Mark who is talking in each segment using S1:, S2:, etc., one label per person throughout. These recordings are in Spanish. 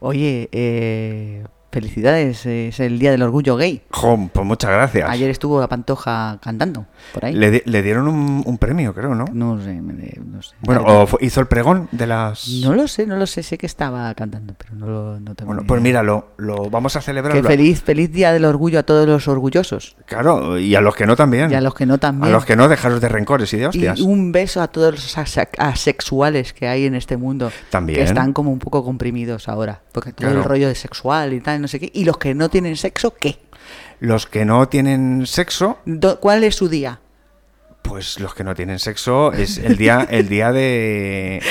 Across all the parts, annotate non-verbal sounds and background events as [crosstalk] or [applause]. S1: Oye, eh, felicidades, eh, es el Día del Orgullo Gay.
S2: Jo, pues muchas gracias.
S1: Ayer estuvo la Pantoja cantando por ahí.
S2: Le, di- le dieron un, un premio, creo, ¿no?
S1: No sé, me- no sé.
S2: Bueno,
S1: Vale,
S2: o fu- hizo el pregón de las...
S1: No lo sé, no lo sé, sé que estaba cantando, pero no, lo, no tengo
S2: Bueno,
S1: ni
S2: pues
S1: idea.
S2: míralo, lo vamos a celebrar.
S1: Que feliz, feliz Día del Orgullo a todos los orgullosos.
S2: Claro, y a los que no también.
S1: Y a los que no también.
S2: A los que no, dejaros de rencores y de hostias.
S1: Y un beso a todos los ase- asexuales que hay en este mundo.
S2: También.
S1: Que están como un poco comprimidos ahora. Porque todo el
S2: Claro.
S1: rollo de sexual y tal, no sé qué. ¿Y los que no tienen sexo, qué?
S2: Los que no tienen sexo,
S1: Do- ¿Cuál es su día?
S2: pues los que no tienen sexo es el día, el día de...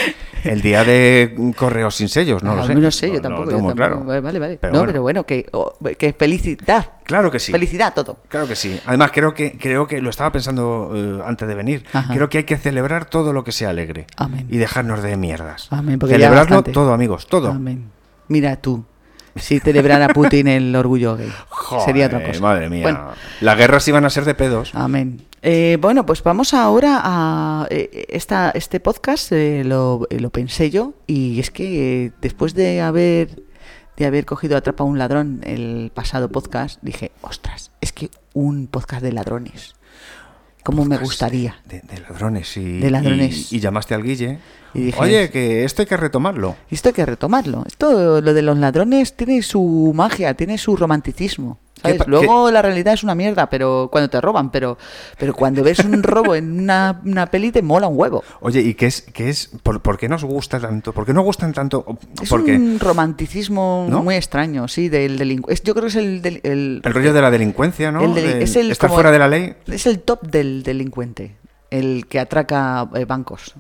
S2: El día de correos sin sellos,
S1: [laughs]
S2: Pues no
S1: Ah,
S2: lo sé.
S1: No sé, yo
S2: No
S1: tampoco.
S2: lo
S1: yo
S2: tengo muy
S1: tampoco. eh. Vale,
S2: claro.
S1: Vale, vale.
S2: Pero
S1: no,
S2: bueno.
S1: pero bueno, que, oh, que felicidad.
S2: Claro que sí.
S1: Felicidad todo.
S2: Claro que sí. Además, creo que, creo que lo estaba pensando eh, antes de venir.
S1: Ajá.
S2: Creo que hay que celebrar todo lo que sea alegre.
S1: Amén.
S2: Y dejarnos de mierdas.
S1: Amén, porque ya
S2: Celebrarlo
S1: bastante.
S2: todo, amigos, todo.
S1: Amén. Mira tú, si celebrara Putin el orgullo gay,
S2: Joder,
S1: sería otra cosa.
S2: Madre mía.
S1: Bueno, Ah,
S2: Las guerras iban a ser de pedos.
S1: amén. Eh, bueno, pues vamos ahora a eh, esta, este podcast, eh, lo, eh, lo pensé yo, y es que eh, después de haber, de haber cogido Atrapa a un ladrón el pasado podcast, dije, ostras, es que un podcast de ladrones, como me
S2: Podcast
S1: gustaría.
S2: Pues De, de ladrones y.
S1: De ladrones.
S2: Y, y llamaste al Guille.
S1: Y dije-
S2: Oye, que esto hay que retomarlo.
S1: Esto hay que retomarlo. Esto, lo de los ladrones, tiene su magia, tiene su romanticismo. ¿sabes?
S2: pa-
S1: Luego la realidad es una mierda, pero cuando te roban, pero, pero cuando ves un robo en una, una peli te mola un huevo.
S2: Oye, ¿y qué es, qué es por, por qué nos gusta tanto? ¿Por qué nos gustan tanto?
S1: Es
S2: Porque
S1: un romanticismo
S2: ¿No?
S1: muy extraño, sí, del delincuente. Yo creo que es el... del- el-
S2: el rollo de la delincuencia, ¿no?
S1: el delin-
S2: Del
S1: es el
S2: estar
S1: como-
S2: fuera de la ley.
S1: Es el top del delincuente, el que atraca eh, bancos.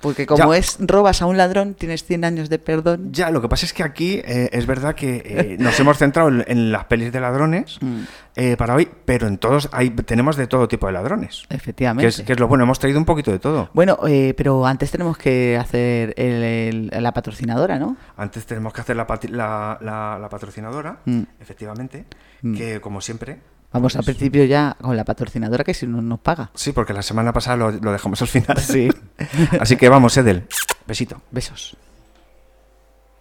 S1: Porque como
S2: Ya.
S1: es robas a un ladrón, tienes 100 años de perdón.
S2: Ya, lo que pasa es que aquí eh, es verdad que eh, nos hemos centrado en, en las pelis de ladrones
S1: Mm.
S2: eh, para hoy, pero en todos hay, tenemos de todo tipo de ladrones. Que
S1: Efectivamente.
S2: es, que es lo bueno, hemos traído un poquito de todo.
S1: Bueno, eh, pero antes tenemos que hacer el- el- la patrocinadora, ¿no?
S2: Antes tenemos que hacer la, pati- la, la- la patrocinadora,
S1: Mm.
S2: efectivamente,
S1: Mm.
S2: que como siempre...
S1: Vamos al principio ya con la patrocinadora que si no nos paga.
S2: Sí, porque la semana pasada lo, lo dejamos al final.
S1: Sí.
S2: [laughs] Así que vamos, Edel. Besito.
S1: Besos.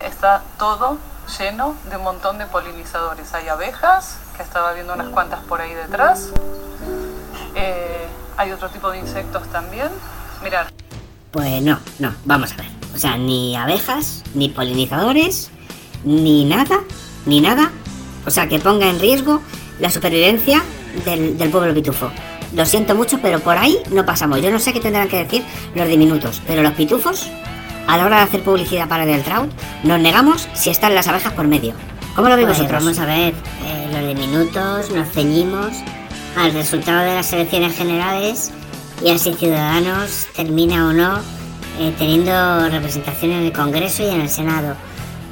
S3: está todo lleno de un montón de polinizadores. Hay abejas, que estaba viendo unas cuantas por ahí detrás. Eh, hay otro tipo de insectos también. Mirar,
S4: Pues no, no, vamos a ver. O sea, ni abejas, ni polinizadores, ni nada, ni nada. O sea, que ponga en riesgo la supervivencia del, del pueblo pitufo. Lo siento mucho, pero por ahí no pasamos. Yo no sé qué tendrán que decir los diminutos, pero los pitufos, a la hora de hacer publicidad para el Trout, nos negamos si están las abejas por medio. ¿Cómo lo veis
S5: Pues
S4: vosotros?
S5: vamos a ver, eh, los diminutos, nos ceñimos al resultado de las elecciones generales y a si Ciudadanos termina o no eh, teniendo representación en el Congreso y en el Senado.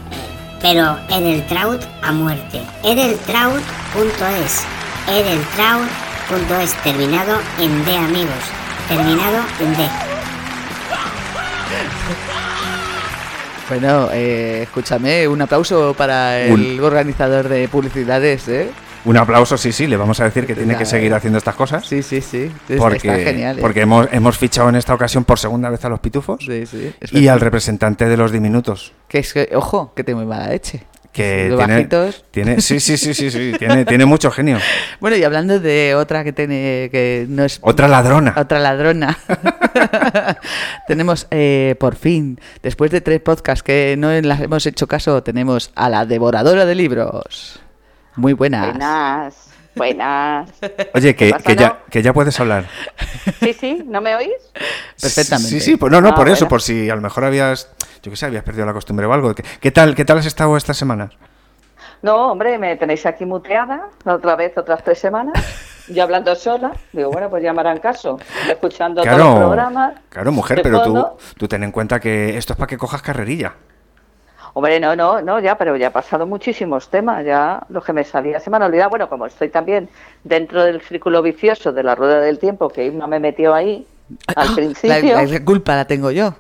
S5: Eh, pero Edeltraut a muerte. Edeltraut.es. Edeltraut.es terminado en D, amigos. Terminado en D.
S1: Bueno, eh, escúchame, un aplauso para el organizador de publicidades, ¿eh?
S2: Un aplauso, sí, sí, le vamos a decir que tiene
S1: Nada.
S2: que seguir haciendo estas cosas.
S1: Sí, sí, sí. Es-
S2: porque,
S1: Está genial. ¿eh?
S2: porque hemos, hemos fichado en esta ocasión por segunda vez a los pitufos
S1: Sí, sí. Es
S2: y al representante de los diminutos.
S1: Que es que, ojo, que tengo muy mala leche.
S2: Que
S1: Los
S2: tiene,
S1: bajitos.
S2: tiene- sí, sí, sí,
S6: [laughs]
S2: sí, sí, tiene, tiene mucho genio.
S1: Bueno, y hablando de otra que tiene que no es
S2: Otra ladrona.
S1: Otra ladrona. [laughs] tenemos, eh, por fin, después de tres podcasts que no las hemos hecho caso, tenemos a la devoradora de libros. Muy buena.
S6: Buenas, buenas.
S2: Oye, que,
S6: ¿Qué pasa,
S2: que ya,
S6: no?
S2: que ya puedes hablar.
S6: Sí, sí, ¿no me oís?
S1: Perfectamente.
S2: Sí, sí, pues no, no,
S6: Ah,
S2: por eso,
S6: bueno.
S2: por si a lo mejor habías, yo qué sé, habías perdido la costumbre o algo. ¿Qué, qué tal, qué tal has estado esta semana?
S6: No, hombre, me tenéis aquí muteada, otra vez, otras tres semanas, yo hablando sola. Digo, bueno, pues ya me harán caso, escuchando todos los programas.
S2: claro, mujer,
S6: de
S2: pero tú,
S6: fondo.
S2: tú ten en cuenta que esto es para que cojas carrerilla.
S6: Hombre, no, no, no, ya, pero ya ha pasado muchísimos temas, ya los que me salía se me han olvidado. Bueno, como estoy también dentro del círculo vicioso de la rueda del tiempo, que Irma me metió ahí al
S1: Ah, La,
S6: principio,
S1: la culpa la tengo yo.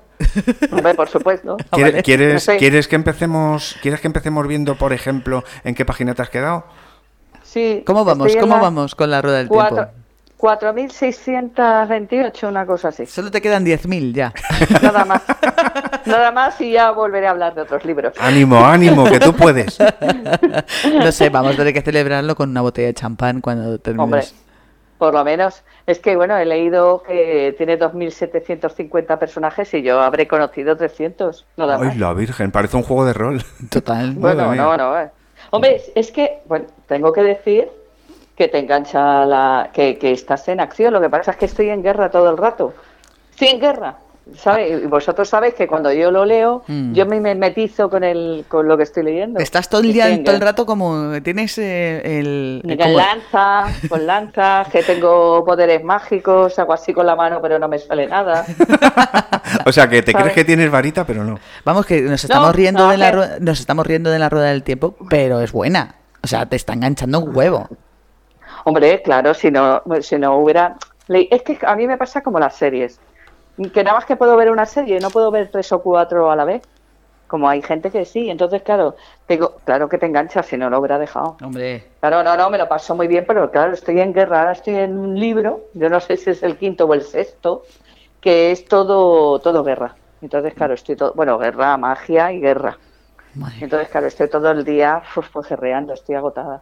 S6: hombre, por supuesto.
S2: ¿Quiere-
S1: vale.
S2: ¿Quieres,
S6: Sí.
S2: ¿quieres, que empecemos, ¿Quieres que empecemos viendo, por ejemplo, en qué página te has quedado?
S6: Sí,
S1: ¿Cómo vamos?
S6: estoy en
S1: ¿Cómo
S6: la
S1: vamos con la rueda del
S6: cuatro-
S1: tiempo?
S6: 4.628, una cosa así. [laughs]
S1: Solo te quedan 10.000 ya.
S6: Nada más. Nada más y ya volveré a hablar de otros libros.
S2: Ánimo, ánimo, que tú puedes.
S6: [laughs]
S1: No sé, vamos a tener que celebrarlo con una botella de champán cuando
S6: Hombre,
S1: termines.
S6: por lo menos. Es que, bueno, he leído que tiene 2.750 personajes y yo habré conocido 300. Nada más.
S2: Ay, la Virgen, parece un juego de rol.
S1: Total.
S6: Bueno,
S2: Madre
S6: no,
S2: mía.
S6: no. eh. Hombre, es, es que, bueno, tengo que decir que te engancha la. Que, que estás en acción. Lo que pasa es que estoy en guerra todo el rato. Estoy en guerra. ¿sabes? Y vosotros sabéis que cuando yo lo leo,
S1: Mm.
S6: yo me metizo con el con lo que estoy leyendo.
S1: Estás todo el día,
S6: Estoy en
S1: todo el
S6: guerra.
S1: rato como tienes eh, el...
S6: Con
S1: como-
S6: lanza, con lanza, que tengo poderes mágicos, hago así con la mano, pero no me sale nada.
S2: [laughs] O sea, que te
S6: ¿Sabes?
S2: crees que tienes varita, pero no.
S1: Vamos, que nos estamos,
S6: No,
S1: riendo
S6: no,
S1: de la
S6: que-
S1: rueda, nos estamos riendo de la rueda del tiempo, pero es buena. O sea, te está enganchando un huevo.
S6: Hombre, claro, si no, si no hubiera. le- Es que a mí me pasa como las series. Que nada más que puedo ver una serie, no puedo ver tres o cuatro a la vez. Como hay gente que sí. Entonces, claro, digo, claro que te enganchas si no lo hubiera dejado.
S1: Hombre.
S6: Claro, no, no, me lo paso muy bien, pero claro, estoy en guerra, ahora estoy en un libro, yo no sé si es el quinto o el sexto, que es todo, todo guerra. Entonces, claro, estoy todo, bueno, guerra, magia y guerra. Entonces, claro, estoy todo el día pues, pues, guerreando, estoy agotada.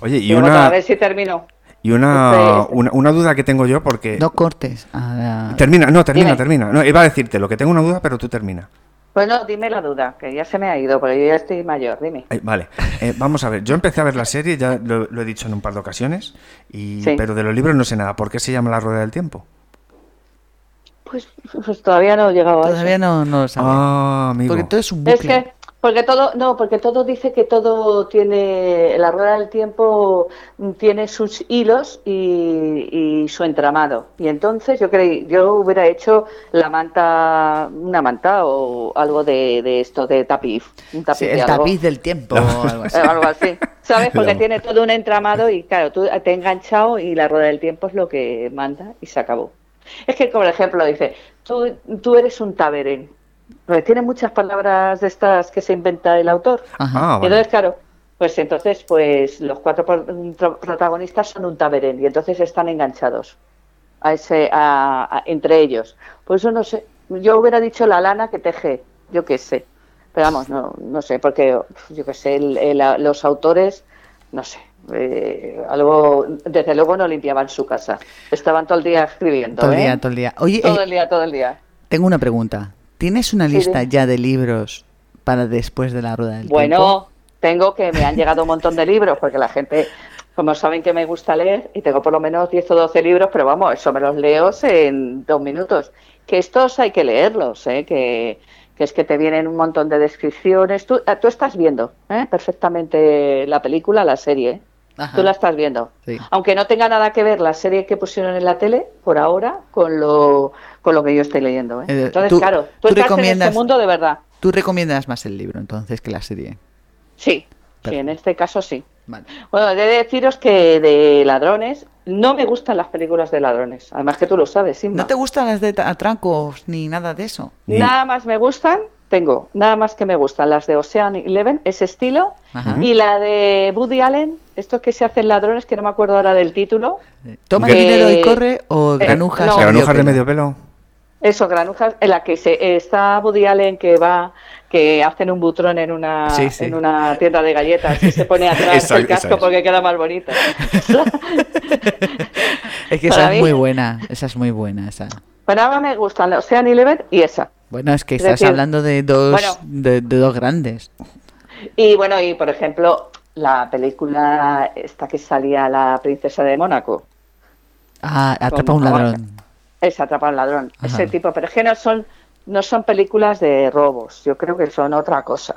S2: Oye, y
S6: Estoy agotada, Mm. a
S2: una,
S6: ver si termino.
S2: y una,
S6: Sí.
S2: una, una duda que tengo yo, porque.
S1: No cortes. Ah, a la-
S2: Termina, no, termina,
S6: Dime.
S2: termina. No, iba a decirte lo que tengo una duda, pero tú termina.
S6: Bueno, dime la duda, que ya se me ha ido, porque yo ya estoy mayor, dime.
S2: Ay, vale, Eh, vamos a ver. Yo empecé a ver la serie, ya lo, lo he dicho en un par de ocasiones, y,
S6: Sí.
S2: pero de los libros no sé nada. ¿Por qué se llama La Rueda del Tiempo?
S6: Pues, pues todavía no he llegado a eso.
S1: Todavía no, no lo sabes.
S2: Ah, amigo.
S1: Porque todo es un bucle.
S6: Es que, porque todo, no, porque todo dice que todo tiene, la rueda del tiempo mm, tiene sus hilos y, y su entramado. Y entonces yo creí, yo hubiera hecho la manta, una manta o algo de, de esto, de tapiz. Un tapiz
S1: Sí,
S6: de
S1: el
S6: algo.
S1: tapiz del tiempo o algo así.
S6: Eh, [laughs] algo así, ¿sabes? Porque
S2: No.
S6: tiene todo un entramado y claro, tú te has enganchado y la rueda del tiempo es lo que manda y se acabó. Es que, por ejemplo, dice, tú, tú eres un taberén. Pues tiene muchas palabras de estas que se inventa el autor.
S1: Ajá.
S2: Ah, vale.
S6: Entonces, claro, pues entonces, pues los cuatro pro- pro- protagonistas son un taberén y entonces están enganchados a ese, a- a- entre ellos. Por eso no sé, yo hubiera dicho la lana que teje, yo qué sé. Pero vamos, no, no sé, porque uf, yo qué sé, el- el- la- los autores, no sé, eh, algo, desde luego no limpiaban su casa. Estaban todo el día escribiendo.
S1: Todo el
S6: ¿eh?
S1: día, todo el día. Oye,
S6: Todo
S1: eh,
S6: el día, todo el día.
S1: tengo una pregunta. ¿Tienes una
S6: Sí,
S1: lista
S6: dime.
S1: ya de libros para después de la rueda del tiempo?
S6: Bueno, tengo que me han llegado un montón de libros, porque la gente, como saben que me gusta leer, y tengo por lo menos 10 o 12 libros, pero vamos, eso me los leo en dos minutos. Que estos hay que leerlos, ¿eh? que, que es que te vienen un montón de descripciones. Tú, ah, tú estás viendo ¿eh? perfectamente la película, la serie.
S1: Ajá.
S6: Tú la estás viendo.
S1: Sí.
S6: Aunque no tenga nada que ver la serie que pusieron en la tele, por ahora, con lo, con lo que yo estoy leyendo. ¿eh?
S1: Eh,
S6: Entonces,
S1: tú-
S6: claro, tú,
S1: tú
S6: estás en
S1: recomiendas-
S6: este mundo de verdad.
S1: Tú recomiendas más el libro entonces que la serie.
S6: Sí, sí,
S1: Perfecto.
S6: en este caso sí.
S1: Vale.
S6: Bueno, he de deciros que de ladrones no me gustan las películas de ladrones. Además que tú lo sabes, Simba.
S1: ¿No te gustan las de ta- atracos ni nada de eso?
S2: Ni-
S6: Nada más me gustan, tengo, nada más que me gustan las de Ocean Eleven, ese estilo,
S1: Ajá.
S6: y la de Woody Allen, estos que se hacen ladrones, que no me acuerdo ahora del título,
S1: ¿Toma
S2: Eh,
S1: dinero y corre o
S6: eh,
S1: granujas?
S6: no.
S1: o
S2: ¿Granujas de
S1: pelo?
S2: medio pelo?
S6: eso, granujas, en la que se, está Woody Allen que va, que hacen un butrón en una,
S1: Sí, sí.
S6: en una tienda de galletas y se
S1: [laughs]
S6: pone atrás
S2: Esa-
S6: el
S2: esa
S6: casco
S2: es.
S6: porque queda más bonito. [laughs]
S1: Es que
S6: Para
S1: esa es
S6: mí-
S1: muy buena, esa es muy buena, esa.
S6: Bueno, ahora me gustan la Ocean Eleven y esa.
S1: Bueno, es que
S6: Es
S1: estás
S6: decir,
S1: hablando de dos,
S6: bueno.
S1: de, de dos grandes.
S6: Y bueno, y por ejemplo, la película esta que salía la princesa de Mónaco,
S1: Ah, atrapa a un
S6: Como-
S1: ladrón.
S6: es Atrapa a un ladrón,
S1: Ajá.
S6: ese tipo, pero es que no son, no son películas de robos, yo creo que son otra cosa.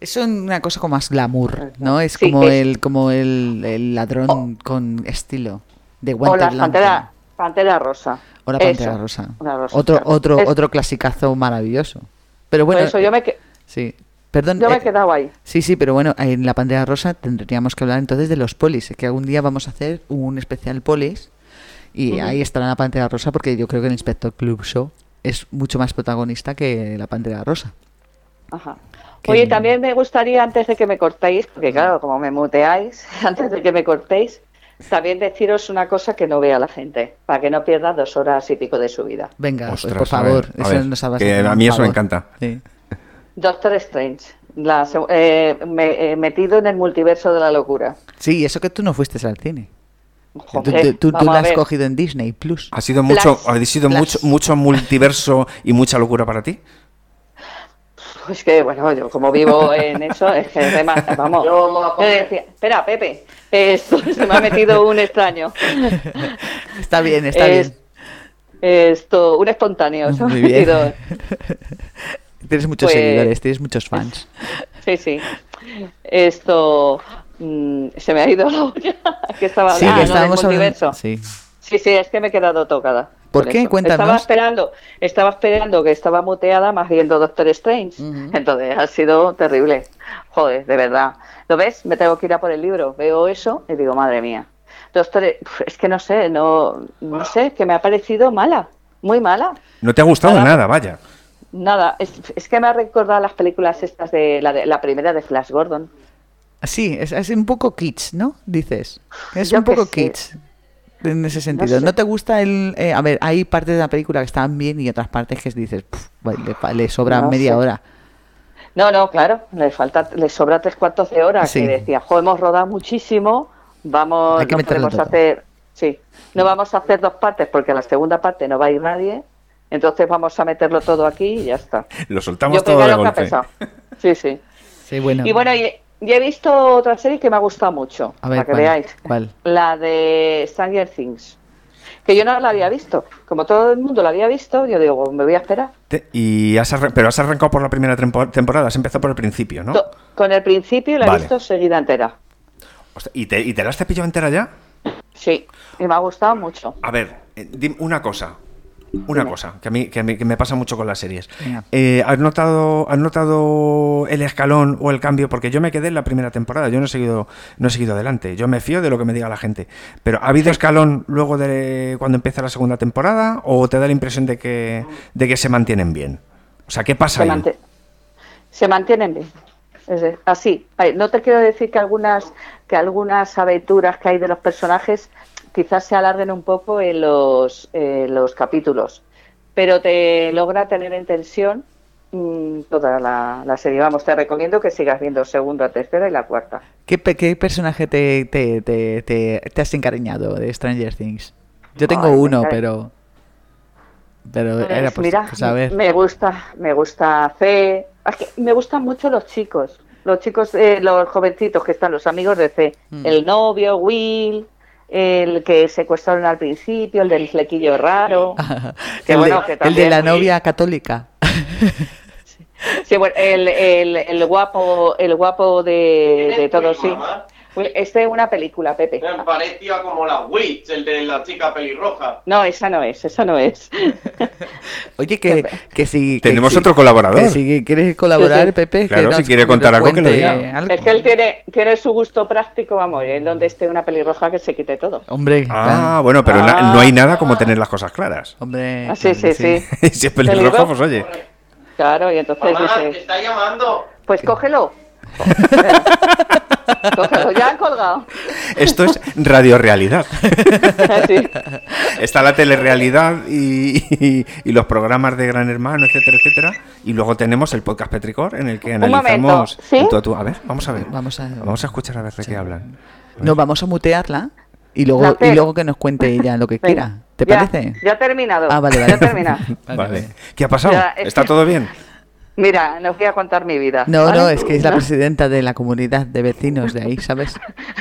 S1: Es una cosa como más glamour, ¿no? Es
S6: Sí,
S1: como
S6: es- Oh.
S1: el como el, el ladrón con estilo de
S6: o
S1: guante
S6: la
S1: blanco.
S6: pantera, pantera rosa.
S1: O la
S6: Eso,
S1: pantera rosa.
S6: una rosa,
S1: Otro
S6: claro.
S1: otro
S6: Es-
S1: otro clasicazo maravilloso. Pero
S6: por
S1: bueno, eh,
S6: eso yo me, que-
S1: sí. Perdón.
S6: yo me
S1: eh,
S6: he quedado ahí.
S1: Sí, sí, pero bueno, en la pantalla rosa tendríamos que hablar entonces de los polis, que algún día vamos a hacer un especial polis y ahí estará la pantalla rosa porque yo creo que el inspector Club Show es mucho más protagonista que la pantalla rosa.
S6: Ajá.
S1: Que-
S6: Oye, [laughs] también me gustaría, antes de que me cortéis, porque claro, como me muteáis, antes de que me cortéis, También deciros una cosa que no vea la gente, para que no pierda dos horas y pico de su vida.
S1: Venga, pues,
S2: Ostras,
S1: por
S2: a ver,
S1: favor.
S2: a
S1: eso
S2: ver,
S1: nos abastece,
S2: que a
S1: por
S2: mí eso me
S1: favor.
S2: encanta.
S1: Sí.
S6: Doctor Strange, la seg- eh, me- eh, metido en el multiverso de la locura.
S1: Sí, eso que tú no fuiste al cine. Tú,
S6: Joder,
S1: tú- tú- tú
S6: vamos
S1: la
S6: a
S1: has
S6: ver.
S1: cogido en Disney Plus.
S2: Ha sido mucho,
S6: Flash,
S2: ha sido
S6: Flash.
S2: mucho, mucho multiverso y mucha locura para ti.
S6: Pues que, bueno, yo como vivo en eso, es que además, vamos.
S7: Yo lo
S6: Yo
S7: apunté.
S6: decía, espera, Pepe, esto [laughs] se me ha metido un extraño.
S1: [laughs] Está bien, está
S6: Es- Esto, un espontáneo.
S1: bien.
S6: se me ha
S1: Muy bien.
S6: metido.
S1: [laughs] tienes muchos
S6: Pues-
S1: seguidores, tienes muchos fans.
S6: Sí, sí. Esto. mm, se me ha ido la olla. [laughs] que estaba
S1: Sí,
S6: hablando
S1: que
S6: del
S1: estábamos
S6: ah, multiverso.
S1: hablando. Sí.
S6: Sí, sí, es que me he quedado tocada.
S1: ¿Por
S6: con
S1: qué?
S6: eso.
S1: Cuéntanos.
S6: Estaba esperando, estaba esperando que estaba muteada más viendo Doctor Strange.
S1: Ujú.
S6: Entonces ha sido terrible. Joder, de verdad. ¿Lo ves? Me tengo que ir a por el libro. Veo eso y digo, madre mía. Doctor, Uf, es que no sé, no, no sé, que me ha parecido mala, muy mala.
S2: No te ha gustado
S6: Nada.
S2: nada, vaya.
S6: Nada, es, es que me ha recordado las películas estas de la, de- la primera de Flash Gordon.
S1: Sí, es, es un poco kitsch, ¿no? Dices. Es
S6: Yo
S1: un poco
S6: qué
S1: kitsch. En ese sentido.
S6: sé.
S1: No, te gusta el. eh, a ver, hay partes de la película que están bien y otras partes que dices. "Puf, vale, le, fa- le sobra
S6: No
S1: media
S6: sé.
S1: hora.
S6: No, no, claro, le falta, le sobra tres cuartos de hora.
S1: Sí.
S6: Que decía, jo, hemos rodado muchísimo, vamos,
S1: Hay que
S6: no
S1: meterlo
S6: podemos
S1: todo".
S6: hacer, sí, no vamos a hacer dos partes porque a la segunda parte no va a ir nadie, entonces vamos a meterlo todo aquí y ya está.
S2: Lo soltamos
S6: Yo
S2: todo de
S6: primero que he
S2: golpe.
S6: pensado. Sí,
S1: [laughs]
S6: sí.
S1: Sí, bueno.
S6: Y bueno, y, y he visto otra serie que me ha gustado mucho,
S1: A ver,
S6: para que
S1: ¿cuál?
S6: veáis.
S1: ¿Cuál?
S6: La de Stranger Things, que yo no la había visto. Como todo el mundo la había visto, yo digo, "Pues me voy a esperar.
S2: Te- y has arran- pero has arrancado por la primera trempo- temporada, has empezado por el principio, ¿no?
S6: To- Con el principio la
S2: Vale.
S6: he visto seguida entera.
S2: Hostia, ¿y, te, ¿Y te la has cepillado entera ya?
S6: Sí, y me ha gustado mucho.
S2: A ver, eh, dime una cosa. Una cosa que a, mí, que a mí- que me pasa mucho con las series.
S1: Venga.
S2: Eh, ¿has, notado, ¿Has notado el escalón o el cambio? Porque yo me quedé en la primera temporada, yo no he seguido, no he seguido adelante. Yo me fío de lo que me diga la gente. Pero ¿ha habido escalón luego de cuando empieza la segunda temporada? ¿O te da la impresión de que, de que se mantienen bien? O sea, ¿qué pasa
S6: se,
S2: ahí?
S6: mante- se mantienen bien. Es de- así. Ay, No te quiero decir que algunas, que algunas aventuras que hay de los personajes quizás se alarguen un poco en los, eh, los capítulos, pero te logra tener en tensión mm, toda la, la serie. Vamos, te recomiendo que sigas viendo segunda, tercera y la cuarta.
S1: ¿Qué, pe- qué personaje te, te, te, te, te has encariñado de Stranger Things? Yo tengo
S6: Ay, me
S1: uno,
S6: encari-
S1: pero. Pero
S6: Pues
S1: era por
S6: mira,
S1: saber. [laughs]
S6: me gusta, me gusta C, es que me gustan mucho los chicos, los chicos, eh, los jovencitos que están, los amigos de C,
S1: Mm.
S6: el novio, Will, el que secuestraron al principio, el del flequillo raro,
S1: Ah.
S6: que
S1: el,
S6: bueno,
S1: de,
S6: que
S1: el de
S6: también-
S1: la novia católica. [laughs]
S6: sí, bueno, el, el- el guapo, el guapo Eh, de, de todos, sí. Uy, Este es una película, Pepe.
S7: Me parecía como la Witch, el de la chica pelirroja.
S6: No, esa no es, esa no es.
S1: Eh, Oye, que, que si. que
S2: Tenemos
S1: si-
S2: otro colaborador.
S1: que si quieres colaborar,
S6: Sí, sí.
S1: Pepe.
S2: Claro,
S1: que
S2: si
S1: nos-
S2: quiere contar
S1: nos
S2: algo, que lo
S1: cuente
S2: diga.
S1: algo.
S6: Es que él tiene, tiene su gusto práctico, vamos, en donde esté una pelirroja que se quite todo.
S1: Hombre,
S2: Ah,
S1: claro.
S2: bueno, pero na-
S6: Ah.
S2: no hay nada como tener las cosas claras. [laughs]
S1: Hombre.
S6: Ah, sí,
S1: claro que
S6: sí, sí.
S2: si es pelirrojo,
S6: Pelirrojo.
S2: pues oye.
S6: Claro, y entonces
S7: Mamá, te
S6: dices,
S7: está llamando.
S6: pues
S1: [laughs]
S6: cógelo. cógelo, ya han
S1: [laughs]
S6: colgado.
S2: Esto es radiorealidad. [laughs]
S6: Así.
S2: Está la telerealidad y, y- y los programas de Gran Hermano, etcétera, etcétera. Y luego tenemos el podcast Petricor en el que
S6: momento,
S2: analizamos
S6: ¿sí?
S2: el tú a tú. A ver, vamos a ver.
S1: Vamos a-
S2: Vamos a escuchar a ver de qué hablan.
S1: No, vamos a mutearla y luego,
S6: La
S1: y
S6: tele.
S1: luego que nos cuente ella lo que quiera.
S6: Venga,
S1: ¿Te
S6: ya,
S1: parece?
S6: Ya ha terminado.
S1: Ah, vale, vale.
S6: Ya termina.
S1: Vale,
S2: Vale.
S1: vale.
S2: ¿Qué ha pasado?
S6: Ya, es
S2: ¿Está
S6: que-
S1: [laughs]
S2: todo bien?
S6: Mira, no os voy a contar mi vida.
S1: No,
S6: ¿vale?
S1: no, es que es la presidenta de la comunidad de vecinos de ahí, ¿sabes?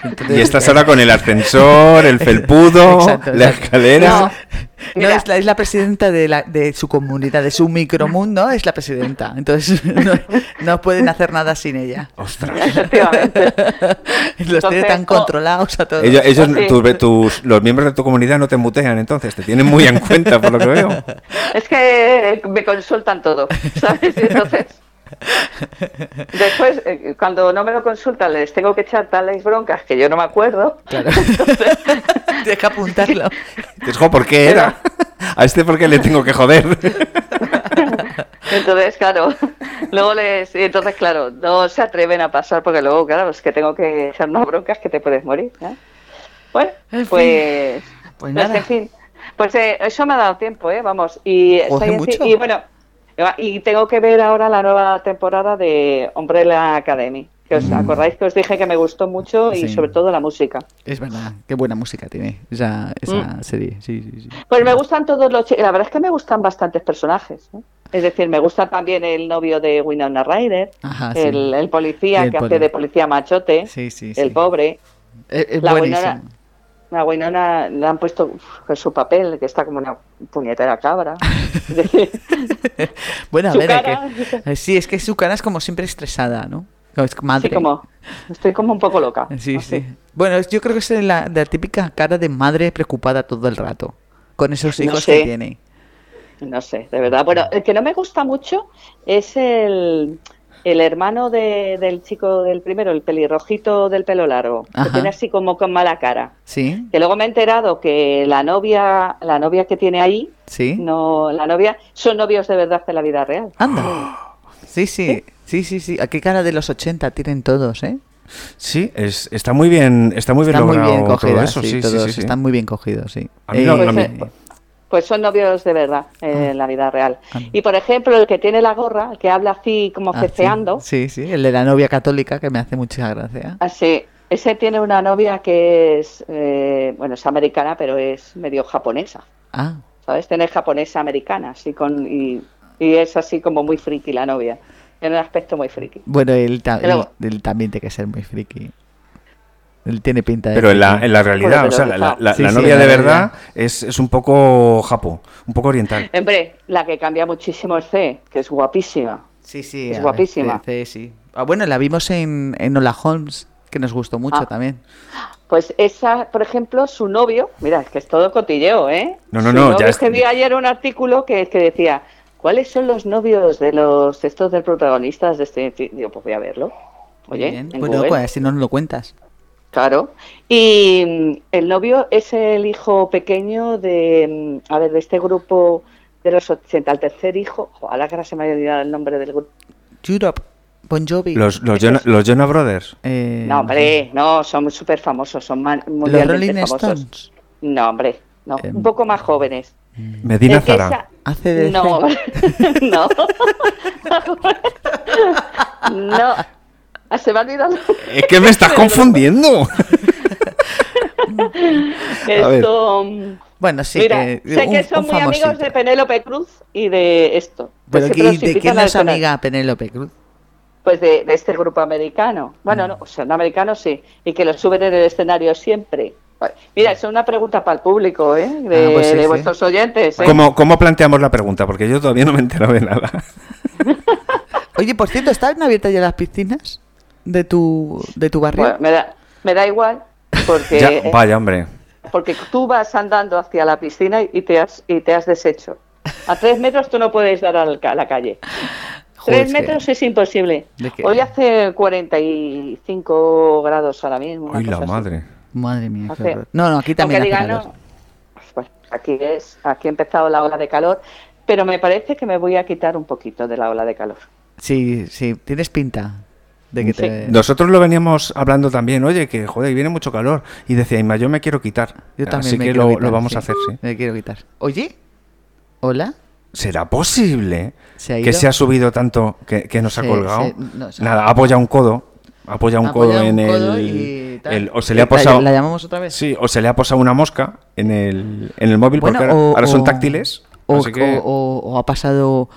S1: Entonces-
S2: Y estás ahora con el ascensor, el felpudo,
S1: [laughs] Exacto,
S2: la
S1: exacto.
S2: escalera.
S6: No.
S1: [laughs] No,
S6: Mira.
S1: es la, es la presidenta de, la, de su comunidad, de su micromundo, es la presidenta. Entonces [laughs] no, no pueden hacer nada sin ella.
S2: Ostras.
S6: [laughs] Efectivamente.
S1: [laughs] Los tiene
S6: Entonces,
S1: tan
S6: no.
S1: controlados a todos.
S2: Ellos, ellos-
S6: Sí.
S2: tus- tus- los miembros de tu comunidad no te mutean, entonces te tienen muy en cuenta, por lo que veo.
S6: Es que eh, me consultan
S1: [laughs]
S6: todo, ¿sabes? Y entonces. Después, eh, cuando no me lo consultan, les tengo que echar tales broncas que yo no me acuerdo.
S1: [laughs] Claro. [laughs] Tienes que apuntarlo.
S2: Es como, ¿por qué era? A este, ¿por qué le tengo que joder?
S6: Entonces, claro, [laughs] luego les. y entonces, claro, no se atreven a pasar porque luego, claro, es que tengo que echar unas broncas que te puedes morir. ¿eh? Bueno,
S1: En fin.
S6: pues,
S1: Pues
S6: pues,
S1: nada.
S6: en fin. Pues eh, eso me ha dado tiempo, ¿eh? Vamos. Y,
S1: Joder,
S6: estoy
S1: mucho.
S6: y bueno, y tengo que ver ahora la nueva temporada de Umbrella Academy. Que os
S1: Mm.
S6: acordáis que os dije que me gustó mucho y
S1: Sí.
S6: sobre todo la música.
S1: Es verdad, qué buena música tiene esa,
S6: Mm.
S1: esa serie. Sí, sí, sí.
S6: Pues me gustan todos los. chi- La verdad es que me gustan bastantes personajes. ¿eh? Es decir, me gusta también el novio de Winona Ryder,
S1: Ajá, sí.
S6: el, el policía
S1: Y el
S6: que
S1: poli-
S6: hace de policía machote,
S1: Sí, sí, sí.
S6: el pobre.
S1: Es, es
S6: la
S1: buenísimo.
S6: Winona- A Winona le han puesto uf, su papel, que está como una puñetera
S1: [laughs]
S6: cabra. Es decir,
S1: Bueno, a
S6: Su
S1: ver, hay
S6: cara.
S1: que- eh, sí, es que su cara es como siempre estresada, ¿no? No, Es madre.
S6: así como, estoy como un poco loca.
S1: Sí,
S6: así.
S1: sí. Bueno, es- yo creo que es la, la típica cara de madre preocupada todo el rato, con esos
S6: No
S1: hijos
S6: sé.
S1: que tiene.
S6: No sé, de verdad. Bueno, el que no me gusta mucho es el, el hermano de- del chico del primero, el pelirrojito del pelo largo,
S1: Ajá.
S6: que tiene así como con mala cara.
S1: Sí,
S6: Que luego me he enterado que la novia, la novia que tiene ahí,
S1: sí.
S6: no, la novia, son novios de verdad de la vida real.
S1: Anda.
S6: [gasps]
S1: Sí, sí,
S6: ¿Eh?
S1: sí, sí, sí. Aquí cara de los 80 tienen todos, ¿eh?
S2: Sí, es, está muy bien, está muy bien
S1: Están muy
S2: logrado
S1: bien
S2: todo
S1: cogidas,
S2: eso,
S1: sí,
S2: sí, sí,
S1: todos
S2: sí, sí.
S1: están muy bien cogidos, sí. Eh,
S2: A mí no-
S6: a mí- Pues son novios de verdad
S1: Ah.
S6: eh, en la vida real.
S1: Anda.
S6: Y por ejemplo, el que tiene la gorra, el que habla así como
S1: ah, sí.
S6: ceceando,
S1: Sí, sí, el de la novia católica que me hace mucha gracia.
S6: Así, ah, ese tiene una novia que es, eh, bueno, es americana, pero es medio japonesa,
S1: Ah,
S6: ¿sabes? Tiene japonesa americana, así con, y, y es así como muy friki la novia, tiene un aspecto muy friki.
S1: bueno, él, ta-
S6: Pero-
S1: él- él también tiene que ser muy friki. Él tiene pinta de.
S2: Pero en la,
S1: friki.
S2: en la realidad,
S6: Joder,
S2: o sea,
S6: pero
S2: la, la- la-
S1: sí,
S2: la
S1: sí,
S2: novia
S1: en la
S2: de verdad
S1: realidad.
S2: es, es un poco japo, un poco oriental.
S6: Hombre, la que cambia muchísimo es C, que es guapísima.
S1: Sí, sí.
S6: Es
S1: a ver,
S6: guapísima.
S1: sí, sí. Ah, bueno, la vimos en, en Hola Holmes, que nos gustó mucho
S6: Ah.
S1: también.
S6: Pues esa, por ejemplo, su novio, mira, es que es todo cotilleo, ¿eh?
S2: No, no,
S6: Su
S2: no, ya
S6: novio
S2: es-
S6: que vi ayer un artículo que, que decía, ¿cuáles son los novios de los estos del protagonista de este? Digo, pues voy a verlo. Oye,
S1: Bien.
S6: en
S1: bueno,
S6: Google.
S1: pues así nos lo cuentas.
S6: Claro. Y mm, el novio es el hijo pequeño de, mm, a ver, de este grupo de los 80, el tercer hijo. Ojalá que ahora se me haya olvidado el nombre del grupo.
S1: Europe, Bon Jovi.
S2: Los, los, Jonah, los Jonah Brothers.
S1: eh,
S6: No, hombre, no, son súper famosos, son man-
S1: Los
S6: mundialmente
S1: Rolling
S6: famosos.
S1: Stones.
S6: No, hombre, no,
S1: Em.
S6: un poco más jóvenes.
S2: Medina
S6: Es que
S2: Zara.
S1: Hace de.
S6: No,
S1: [laughs]
S6: no. no. Ah, Se me ha olvidado.
S2: Es que
S6: [laughs]
S2: me estás confundiendo. A ver.
S6: Esto. mm,
S1: Bueno, sí.
S6: Mira,
S1: que,
S6: sé
S1: un-
S6: que son
S1: un
S6: muy amigos
S1: famosito.
S6: de Penélope Cruz y de esto. Pues
S1: Pero
S6: siempre
S1: ¿y
S6: los
S1: ¿de
S6: invitan
S1: quién
S6: a
S1: es
S6: cenar.
S1: amiga Penélope Cruz?
S6: Pues de, de este grupo americano.
S1: Mm.
S6: Bueno, no, o sea, no americano sí. Y que lo suben en el escenario siempre. Vale. Mira, es una pregunta para el público, ¿eh? De,
S1: Ah, pues sí,
S6: de
S1: sí.
S6: vuestros oyentes. ¿eh?
S2: [laughs] ¿Cómo, ¿Cómo planteamos la pregunta? Porque yo todavía no me he enterado de nada.
S1: Oye, por cierto, ¿están abiertas ya las piscinas de tu, de tu barrio?
S6: Bueno, me, da, me da igual,
S1: [laughs]
S6: porque.
S2: Ya, vaya, hombre.
S6: Porque tú vas andando hacia la piscina y te has, y te has deshecho. A tres metros tú no puedes dar al ca- a la calle.
S1: Joder,
S6: Tres
S1: es que-
S6: metros es imposible.
S1: ¿De qué?
S6: Hoy hace 45 grados ahora mismo. una
S2: Uy, la
S6: cosa así.
S2: madre.
S1: Madre mía, qué
S6: Hace-
S1: horror. No, no, aquí también
S6: Aunque
S1: hace
S6: diga,
S1: calor.
S6: no, pues, aquí es, aquí ha empezado la ola de calor, pero me parece que me voy a quitar un poquito de la ola de calor.
S1: Sí, sí, tienes pinta de que
S6: Sí.
S1: te...
S2: Eh, Nosotros lo veníamos hablando también, oye, que joder, viene mucho calor. Y decía, Inma, yo me quiero quitar.
S1: Yo también
S2: Así
S1: me
S2: que
S1: quiero
S2: lo,
S1: quitar,
S2: lo vamos
S1: sí.
S2: a hacer, sí.
S1: Me quiero quitar. Oye, hola.
S2: ¿Será posible
S1: ¿Se ha ido?
S2: que se ha subido tanto que, que nos ha
S1: Se-
S2: colgado?
S1: se- no, se-
S2: Nada, apoya un codo. Apoya un
S1: Ha
S2: codo
S1: apoyado
S2: en
S1: un codo y
S2: el,
S1: tal. Eh,
S2: el- O se le ha
S1: ¿La-
S2: posado.
S1: ¿La llamamos otra vez?
S2: Sí, o se le ha posado una mosca en el, en el móvil,
S1: Bueno,
S2: porque ahora,
S1: o-
S2: ahora
S1: o-
S2: son táctiles.
S1: O,
S2: así que-
S1: o- o- o ha pasado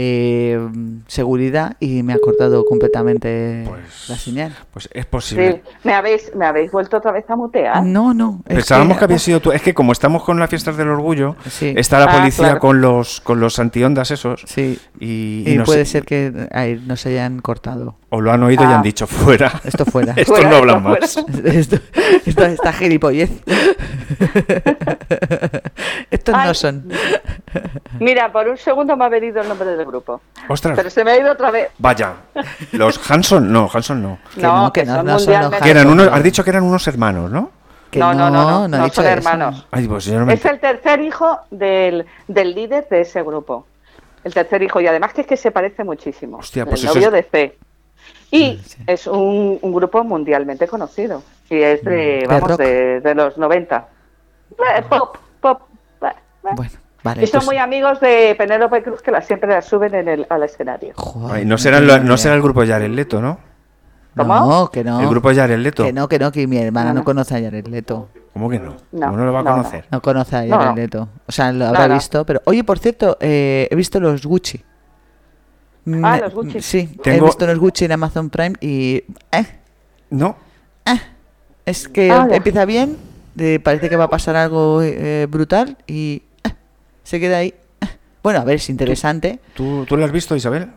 S1: eh, seguridad y me ha cortado completamente
S2: Pues-
S1: la señal.
S2: Pues es
S6: Sí,
S2: posible.
S6: me habéis, me habéis vuelto otra vez a mutear.
S1: No, no. es ah,
S2: Pensábamos que, había sido este tú. Es que como estamos con las fiestas del orgullo,
S1: Sí.
S2: está la
S6: Ah,
S2: policía
S6: claro.
S2: con los con los antihondas esos.
S1: Sí.
S2: Y,
S1: Y,
S2: no
S1: puede
S2: sé-
S1: ser que ahí nos hayan cortado.
S2: O lo han oído y
S6: Ah.
S2: han dicho fuera.
S1: [laughs]
S2: [laughs]
S1: Esto fuera.
S2: Esto
S6: Fuera,
S2: no hablan
S6: esto
S2: más.
S6: fuera.
S1: Esto, esto- esta gilipollez. Estos
S6: Ay.
S1: no son.
S6: Mira, por un segundo me ha venido el nombre del grupo,
S2: Ostras.
S6: pero se me ha ido otra vez.
S2: Vaya. Los Hanson, no, Hanson no.
S1: Que no, que no,
S6: son
S1: no son los
S6: mundialmente-
S2: Que eran
S1: Hanson,
S2: unos,
S1: no.
S2: has dicho que eran unos hermanos, ¿no?
S1: Que
S6: no, no, no, no,
S1: ha
S6: no
S1: dicho
S6: son
S1: eso.
S6: hermanos.
S2: Ay, pues yo no me.
S6: Es el tercer hijo del, del líder de ese grupo. El tercer hijo, y además que es que se parece muchísimo.
S2: Hostia,
S6: el
S2: pues eso
S6: novio
S2: es-
S6: de C. Y
S1: Mm, Sí.
S6: es un, un grupo mundialmente conocido. Y es de,
S1: Mm, De
S6: vamos,
S1: rock.
S6: de, de los 90. Eh, Pop, pop. eh, eh.
S1: Bueno, vale.
S6: Y son
S1: pues-
S6: muy amigos de Penélope Cruz que la, siempre la suben en el, al escenario.
S1: Joder,
S2: Ay, no, será lo- no será el grupo Jared Leto, ¿no?
S6: ¿Cómo?
S1: No, que no.
S2: El grupo Jared Leto.
S1: Que no, que no, que mi hermana no
S6: No.
S1: conoce a Jared Leto.
S2: ¿Cómo que no?
S6: No,
S2: ¿Cómo no lo va a
S6: no, no.
S2: conocer?
S1: No conoce a Jared
S6: No, no.
S1: Leto. O sea, lo habrá
S6: no. Ah,
S1: visto, pero... Oye, por cierto, eh, he visto los Gucci. Me-
S6: los Gucci.
S1: Sí, he
S2: Tengo-
S1: visto los Gucci en Amazon Prime y... eh,
S2: No.
S1: eh. Es que
S6: Ala.
S1: empieza bien, eh, parece que va a pasar algo eh, brutal y... eh, se queda ahí. eh. Bueno, a ver, es interesante.
S2: ¿Tú, tú lo has visto, Isabel?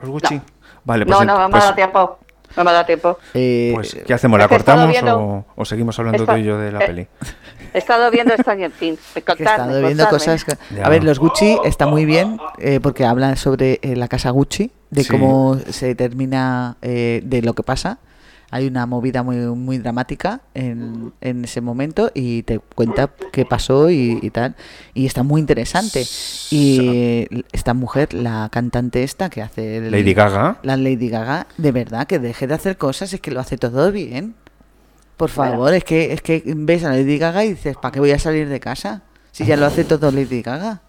S2: ¿Los Gucci? Vale, pues,
S6: no, no, no me ha
S2: pues-
S6: dado tiempo. No me ha dado tiempo.
S1: Eh,
S2: pues, ¿qué hacemos?
S6: Es
S2: ¿La
S6: que he estado
S2: cortamos o,
S6: viendo-
S2: o seguimos hablando
S6: Esta-
S2: tú y yo de la
S6: eh,
S2: peli?
S6: He estado viendo Stranger Things.
S1: [laughs] que he estado viendo cosas que-
S2: Ya.
S1: a ver los Gucci está muy bien eh, porque hablan sobre eh, la casa Gucci de
S2: Sí.
S1: cómo se termina eh, de lo que pasa hay una movida muy muy dramática en, en ese momento y te cuenta qué pasó y, y tal y está muy interesante y eh, esta mujer la cantante esta que hace el-
S2: Lady Gaga.
S1: la Lady Gaga de verdad que deje de hacer cosas es que lo hace todo bien por favor, es que es que ves a Lady Gaga y dices, ¿para qué voy a salir de casa? Si ya lo hace todo Lady Gaga.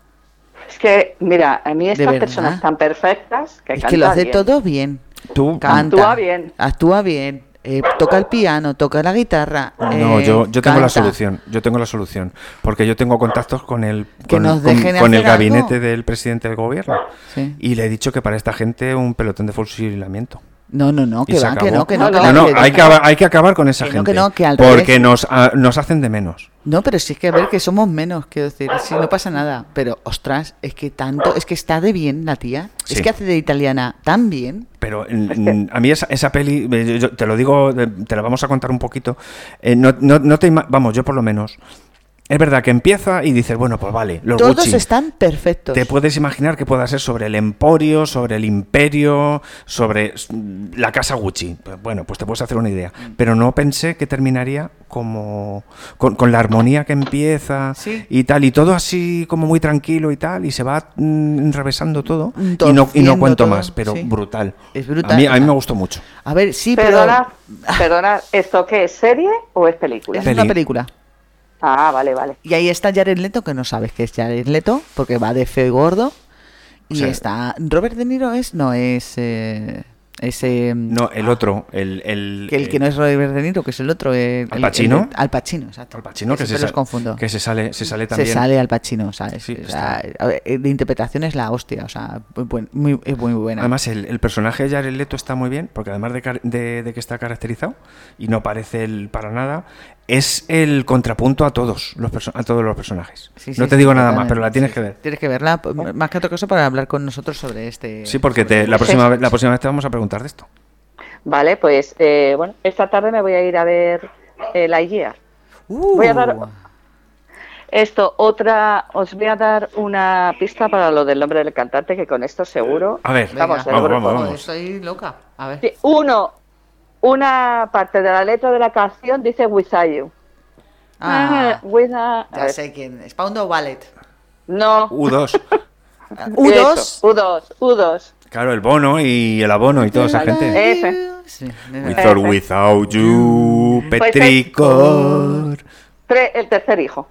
S6: Es que, mira, a mí estas
S1: verdad.
S6: personas tan perfectas [laughs] que
S1: es
S6: cantan
S1: que lo hace
S6: bien.
S1: todo bien.
S2: Tú.
S1: Canta.
S6: Actúa bien.
S1: Actúa bien. eh, toca el piano, toca la guitarra.
S2: No,
S1: eh,
S2: yo, yo tengo la
S1: canta.
S2: solución. Yo tengo la solución. Porque yo tengo contactos con el,
S1: Que
S2: con,
S1: nos
S2: con-
S1: dejen
S2: con el
S1: hacer algo.
S2: gabinete del presidente del gobierno.
S1: Sí.
S2: Y le he dicho que para esta gente un pelotón de fusilamiento.
S1: No, no, no,
S2: Y
S1: que
S2: se
S1: va, que
S2: acabó.
S1: no, que no, que
S6: No,
S1: la-
S2: no,
S1: que-
S2: hay que, aba- hay que acabar con esa
S1: Que no,
S2: gente.
S1: que no, que al
S2: porque
S1: revés.
S2: nos, a- nos hacen de menos.
S1: No, pero sí es que a ver que somos menos, quiero decir, si no pasa nada. Pero ostras, es que tanto, es que está de bien la tía. Es
S2: Sí.
S1: que hace de italiana tan bien.
S2: Pero
S1: [laughs]
S2: mm, a mí esa, esa peli, eh, yo- yo te lo digo, eh, te la vamos a contar un poquito. Eh, no, no- no te ima- vamos, yo por lo menos. Es verdad que empieza y dices, bueno, pues vale, los
S1: Todos
S2: Gucci.
S1: están perfectos.
S2: Te puedes imaginar que pueda ser sobre el emporio, sobre el imperio, sobre mm, la casa Gucci. Pues Bueno, pues te puedes hacer una idea.
S1: Mm.
S2: Pero no pensé que terminaría como con, con la armonía que empieza
S1: Sí.
S2: y tal, y todo así como muy tranquilo y tal, y se va mm, enrevesando todo.
S1: Mm,
S2: Y no, y no
S1: torciendo
S2: cuento
S1: todo,
S2: más, pero
S1: sí.
S2: brutal.
S1: Es brutal.
S2: A mí, a mí me gustó mucho.
S1: A ver, sí, pero
S6: Perdona, perdona, ¿esto qué es serie o es película?
S1: es una
S2: Peli.
S1: película.
S6: Ah, vale, vale.
S1: Y ahí está Jared Leto, que no sabes que es Jared Leto, porque va de feo y gordo. Y
S2: Sí.
S1: está. Robert De Niro es, no es. eh, es, eh,
S2: No, el otro, el. el eh,
S1: que el que no es Robert De Niro, que es el otro. eh, el-
S2: ¿Al
S1: el- el-
S2: Pacino?
S1: Al Pacino, exacto.
S2: Al Pacino, que, se,
S1: siempre los
S2: sa-
S1: confundo.
S2: que se sale, se sale
S1: se
S2: también.
S1: sale al Pacino, ¿sabes?
S2: Sí,
S1: O sea, a ver, eh, de interpretación es la hostia, o sea, muy buen- muy- es muy buena.
S2: Además, el, el personaje de Jared Leto está muy bien, porque además de, car- de- de que está caracterizado y no parece el para nada, es el contrapunto a todos los, perso- a todos los personajes.
S1: Sí,
S2: no
S1: sí, sí,
S2: te digo nada más,
S1: totalmente.
S2: pero la tienes
S1: Sí,
S2: que
S1: sí.
S2: ver.
S1: Tienes que verla, p- más que otra cosa, para hablar con nosotros sobre este.
S2: Sí, porque te- la, próxima, vez- la próxima vez te vamos a preguntar de esto.
S6: Vale, pues eh, bueno, esta tarde me voy a ir a ver eh, la guía.
S1: Uh,
S6: voy a dar- Esto, otra, os voy a dar una pista para lo del nombre del cantante, que con esto seguro.
S2: A ver,
S1: venga.
S6: Vamos,
S2: vamos,
S6: seguro.
S2: vamos,
S1: Joder,
S2: vamos.
S1: Estoy loca. A ver.
S6: Sí, Uno, una parte de la letra de la canción dice Without You.
S1: Ah.
S6: with a- a
S1: Ya
S6: ver.
S1: sé quién es. Paundo Wallet.
S6: No.
S2: U2,
S1: U2.
S6: eso, U2, U2.
S2: claro, el bono y el abono y toda esa gente.
S6: F.
S1: Sí, de
S2: With
S1: verdad.
S2: or without you,
S6: Pues,
S2: Petricor.
S6: Tre- el tercer hijo.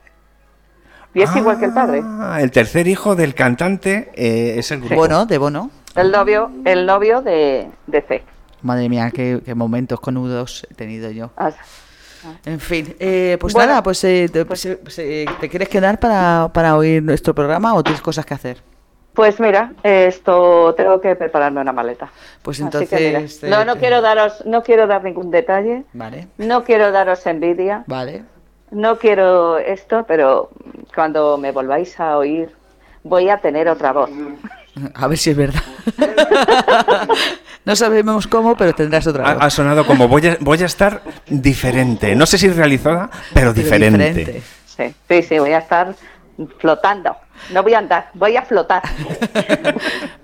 S6: Y es igual que el padre.
S2: Ah, El tercer hijo del cantante eh, es el grupo.
S1: Bono, de Bono.
S6: El novio, el novio de, de C.
S1: Madre mía, qué, qué momentos con U2 he tenido yo.
S6: Ah,
S1: En fin, eh, pues
S6: Bueno,
S1: nada, pues, eh, te, pues, eh, pues, eh, ¿te quieres quedar para, para oír nuestro programa o tienes cosas que hacer?
S6: Pues mira, esto tengo que prepararme una maleta.
S1: Pues
S6: Así que mira.
S1: entonces... eh,
S6: no, no
S1: te-
S6: quiero daros, no quiero dar ningún detalle,
S1: Vale,
S6: no quiero daros envidia,
S1: vale. [laughs]
S6: no quiero esto, pero cuando me volváis a oír voy a tener otra voz.
S1: A ver si es verdad. [laughs] no sabemos cómo, pero tendrás otra
S2: Ha, ha
S1: voz.
S2: sonado como voy a, voy a estar diferente. No sé si realizada,
S1: Pero
S2: pero diferente.
S6: Sí, sí, sí, voy a estar flotando. No voy a andar, voy a flotar.
S1: [laughs]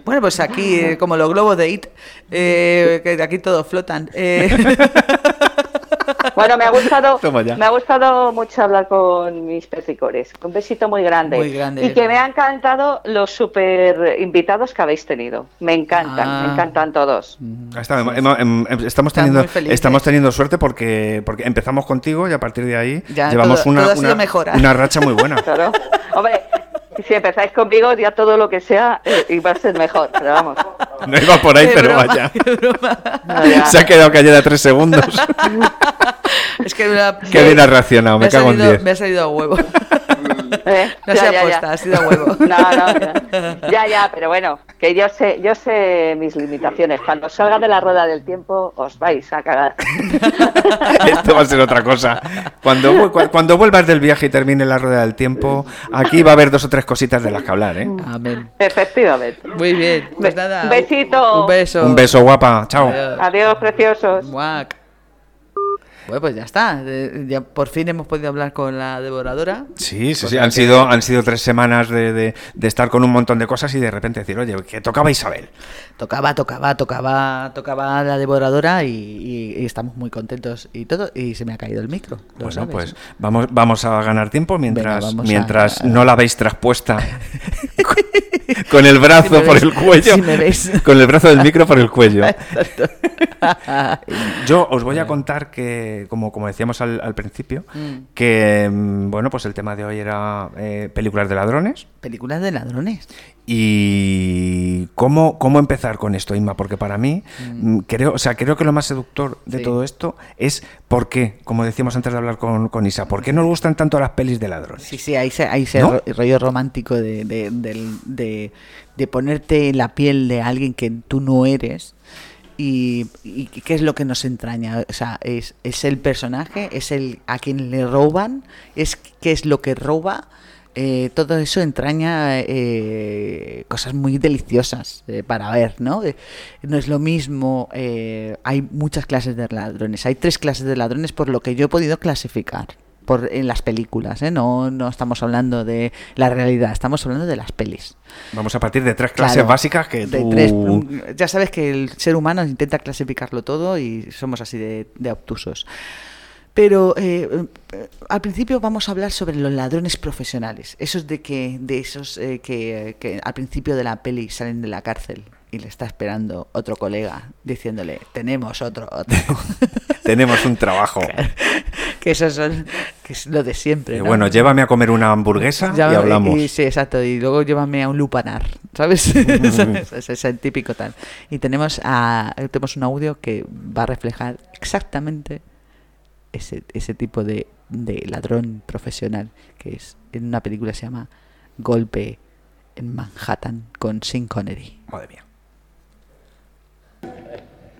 S1: Bueno, pues aquí, eh, como los globos de IT, eh, que aquí todos flotan. eh.
S6: Bueno, me ha gustado,
S2: [laughs] Toma ya.
S6: me ha gustado mucho hablar con mis petricores. Un besito muy grande.
S1: Muy grande.
S6: Y que me han encantado los super invitados que habéis tenido. Me encantan,
S1: Ah. Mm.
S6: me encantan todos.
S2: Ha estado- hemos- hemos- hemos- estamos, teniendo,
S1: muy felices.
S2: estamos teniendo suerte porque, porque empezamos contigo y a partir de ahí
S1: Ya,
S2: llevamos
S1: todo-
S2: una,
S1: todo ha sido
S2: una-
S1: mejora.
S2: una racha muy buena.
S6: Claro. Hombre, si empezáis conmigo, ya todo lo que sea eh, iba a ser mejor. Pero vamos.
S2: No iba por ahí,
S1: [laughs] Qué
S2: pero
S1: broma,
S2: vaya.
S1: qué broma.
S6: no, ya.
S2: [laughs] Se ha quedado callada
S1: [laughs]
S2: tres segundos.
S1: Es que me ha-
S2: Qué bien has reaccionado, me,
S1: ha
S2: cago en
S1: salido-
S2: diez.
S1: Me ha salido a huevo. [laughs]
S6: ¿Eh?
S1: No
S6: Ya,
S1: se
S6: ya,
S1: apuesta,
S6: ya.
S1: ha sido a huevo.
S6: [laughs] No, no, no. ya, ya, pero bueno, que yo sé, yo sé mis limitaciones. Cuando salga de la rueda del tiempo, os vais a
S1: [laughs]
S6: cagar.
S2: [laughs] Esto va a ser otra cosa. Cuando, vu- cu- cuando vuelvas del viaje y termine la rueda del tiempo, aquí va a haber dos o tres cositas de las que hablar, ¿eh?
S1: Amén.
S6: Efectivamente.
S1: Muy bien. Pues
S6: Be-
S1: nada. un-
S6: besito.
S1: Un beso.
S2: Un beso, guapa. Chao.
S1: Adiós.
S6: Adiós, preciosos.
S1: Guac. Bueno, pues ya está. Eh, Ya por fin hemos podido hablar con la devoradora.
S2: Sí, sí, sí. Han sido, han sido tres semanas de, de- de estar con un montón de cosas y de repente decir, oye, que tocaba Isabel.
S1: Tocaba, tocaba, tocaba, tocaba la devoradora y, y- y estamos muy contentos y todo. Y se me ha caído el micro. lo
S2: Bueno,
S1: sabes,
S2: pues
S1: ¿eh?
S2: vamos, vamos a ganar tiempo mientras,
S1: Venga, vamos
S2: mientras
S1: a-
S2: no la veis traspuesta
S1: [laughs]
S2: con el brazo
S1: Si me
S2: por
S1: ves-
S2: el cuello.
S1: si me ves.
S2: [laughs] Con el brazo del micro por
S1: [laughs]
S2: el
S1: [laughs]
S2: cuello.
S1: Exacto.
S2: Yo os voy a contar que, como, como decíamos al, al principio,
S1: Mm.
S2: que mm, bueno, pues el tema de hoy era eh, películas de ladrones.
S1: Películas de ladrones.
S2: ¿Y cómo, cómo empezar con esto, Inma? Porque para mí, mm, creo, o sea, creo que lo más seductor de
S1: Sí.
S2: todo esto es por qué, como decíamos antes de hablar con, con Isa, ¿por qué nos gustan tanto las pelis de ladrones?
S1: Sí, sí, ahí se, ahí se
S2: ¿No?
S1: ro- rollo romántico de, de, del- de- de ponerte en la piel de alguien que tú no eres. Y, y qué es lo que nos entraña, o sea, es, es el personaje, es el a quien le roban, es qué es lo que roba, Eh, todo eso entraña eh, cosas muy deliciosas eh, para ver, ¿no? Eh, no es lo mismo, eh, hay muchas clases de ladrones, hay tres clases de ladrones por lo que yo he podido clasificar por en las películas, ¿eh? no, no estamos hablando de la realidad, estamos hablando de las pelis.
S2: Vamos a partir de tres clases
S1: Claro,
S2: básicas que
S1: de
S2: tú-
S1: tres- mm, ya sabes que el ser humano intenta clasificarlo todo y somos así de, de obtusos. Pero eh, eh, al principio vamos a hablar sobre los ladrones profesionales, esos de que de esos eh, que, que al principio de la peli salen de la cárcel y le está esperando otro colega diciéndole tenemos otro, otro.
S2: [laughs] tenemos un trabajo.
S1: [laughs] que esos son que es lo de siempre.
S2: Eh,
S1: ¿no?
S2: bueno, llévame a comer una hamburguesa y
S1: Llámame-
S2: hablamos.
S1: y- sí, exacto. Y luego llévame a un lupanar, [laughs] ¿sabes? es, es- es el típico tal. Y tenemos, a, tenemos un audio que va a reflejar exactamente ese, ese tipo de, de ladrón profesional que es en una película que se llama Golpe en Manhattan con Sin Connery.
S2: Madre mía.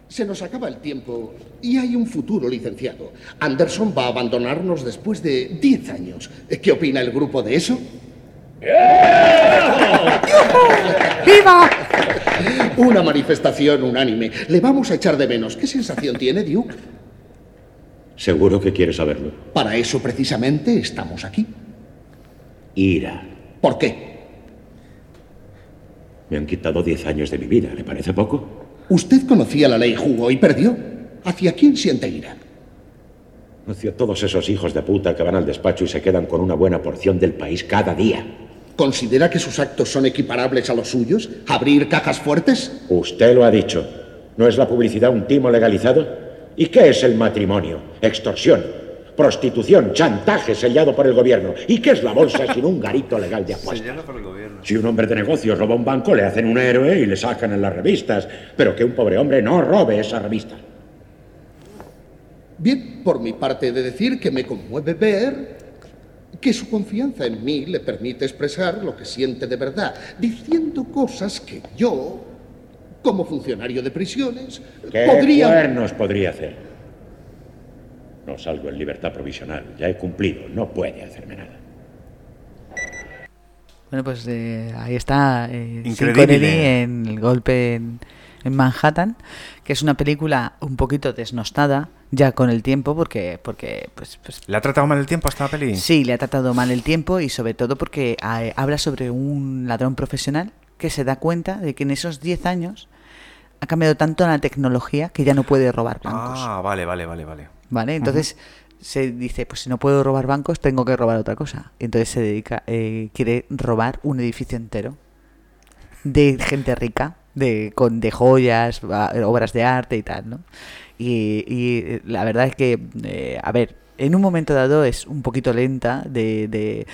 S8: Se nos acaba el tiempo y hay un futuro licenciado. Anderson va a abandonarnos después de 10 años. ¿Qué opina el grupo de eso?
S1: ¡Viva!
S8: Una manifestación unánime. Le vamos a echar de menos. ¿Qué sensación tiene, Duke?
S9: Seguro que quieres saberlo.
S8: Para eso precisamente estamos aquí.
S9: Ira.
S8: ¿Por qué?
S9: Me han quitado 10 años de mi vida. ¿Le parece poco?
S8: Usted conocía la ley, jugó y perdió. ¿Hacia quién siente ira?
S9: Hacia todos esos hijos de puta que van al despacho y se quedan con una buena porción del país cada día.
S8: ¿Considera que sus actos son equiparables a los suyos? ¿Abrir cajas fuertes?
S9: Usted lo ha dicho. ¿No es la publicidad un timo legalizado? ¿Y qué es el matrimonio? Extorsión, prostitución, chantaje sellado por el gobierno. ¿Y qué es la bolsa sin un garito legal de apuestas? Si un hombre de negocios roba un banco, le hacen un héroe y le sacan en las revistas. Pero que un pobre hombre no robe esa revista.
S8: Bien, por mi parte he de decir que me conmueve ver que su confianza en mí le permite expresar lo que siente de verdad, diciendo cosas que yo, como funcionario de prisiones,
S9: ¿Qué
S8: podría...
S9: cuernos podría hacer? No salgo en libertad provisional. Ya he cumplido. No puede hacerme nada.
S1: Bueno, pues eh, ahí está eh, Sean
S2: Increíble.
S1: Connery en El golpe en, en Manhattan, que es una película un poquito desnostada ya con el tiempo, porque, porque pues, pues,
S2: ¿Le ha tratado mal el tiempo esta peli?
S1: sí, le ha tratado mal el tiempo y sobre todo porque eh, habla sobre un ladrón profesional que se da cuenta de que en esos 10 años ha cambiado tanto la tecnología que ya no puede robar bancos.
S2: Ah, vale, vale, vale, vale.
S1: ¿vale? Entonces se dice, pues si no puedo robar bancos, tengo que robar otra cosa. Y entonces se dedica, eh, quiere robar un edificio entero de gente rica, de, con, de joyas, ba- obras de arte y tal, ¿no? Y, y la verdad es que, eh, a ver, en un momento dado es un poquito lenta de, de,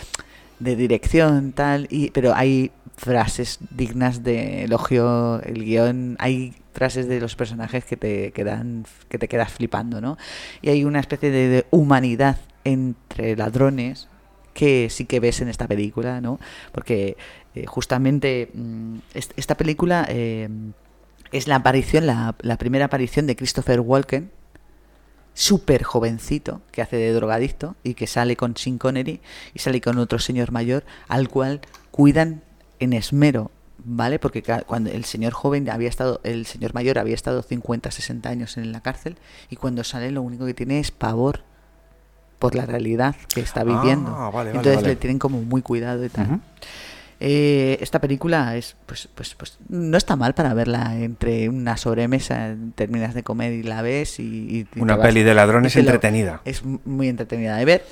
S1: de dirección, tal, y, pero hay frases dignas de elogio, el guión, hay frases de los personajes que te quedan que te quedas flipando, ¿no? Y hay una especie de, de humanidad entre ladrones que sí que ves en esta película, ¿no? Porque eh, justamente mm, est- esta película eh, es la aparición, la, la primera aparición de Christopher Walken, súper jovencito, que hace de drogadicto y que sale con Sean Connery y sale con otro señor mayor al cual cuidan en esmero, ¿vale? Porque ca- cuando el señor joven había estado, el señor mayor había estado 50, 60 años en la cárcel y cuando sale lo único que tiene es pavor por la realidad que está viviendo.
S2: Ah, vale, vale,
S1: Entonces
S2: vale.
S1: le tienen como muy cuidado y tal.
S2: Ujú.
S1: Eh, esta película es, pues, pues, pues, no está mal para verla entre una sobremesa, terminas de comer y la ves y... y- y
S2: Una
S1: te vas.
S2: peli de ladrones
S1: Y te lo-
S2: entretenida.
S1: Es muy entretenida de ver.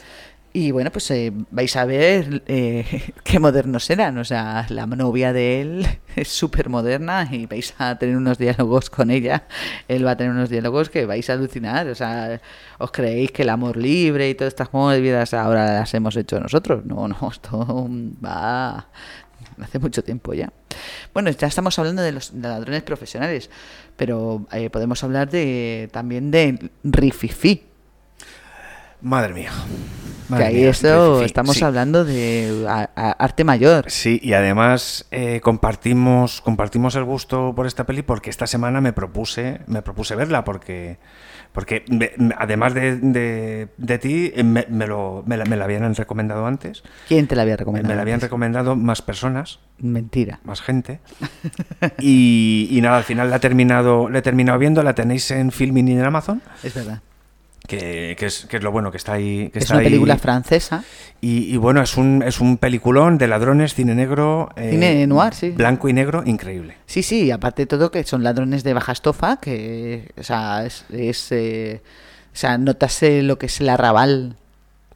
S1: Y bueno, pues eh, vais a ver eh, [laughs] qué modernos eran. O sea, la novia de él [laughs] es súper moderna y vais a tener unos diálogos con ella. Él va a tener unos diálogos que vais a alucinar. O sea, ¿os creéis que el amor libre y todas estas movidas ahora las hemos hecho nosotros? No, [laughs] no, esto va hace mucho tiempo ya. Bueno, ya estamos hablando de los de ladrones profesionales, pero eh, podemos hablar de también de Rififi.
S2: Madre mía.
S1: Que
S2: Madre
S1: ahí
S2: mía.
S1: eso
S2: Sí,
S1: estamos
S2: sí.
S1: hablando de a- a- arte mayor.
S2: Sí, y además eh, compartimos, compartimos el gusto por esta peli porque esta semana me propuse, me propuse verla porque, porque me- me- además de, de- de ti eh, me, me lo, me, la, me la habían recomendado antes, eh,
S1: ¿Quién te la había
S2: me
S1: recomendado?
S2: la habían
S1: antes?
S2: recomendado más personas, [laughs]
S1: Mentira.
S2: más gente y, y nada, al final la he terminado, la he terminado viendo, la tenéis en Filmin y en Amazon,
S1: Es verdad.
S2: que, que es, que es lo bueno que está ahí. Que
S1: Es
S2: está
S1: una
S2: ahí.
S1: película francesa.
S2: Y, y bueno, es un, es un peliculón de ladrones, cine negro. eh,
S1: Cine noir, sí.
S2: Blanco y negro, increíble.
S1: Sí, sí, y aparte de todo que son ladrones de baja estofa, que o sea, es, es, eh, o sea, notas eh, lo que es el arrabal.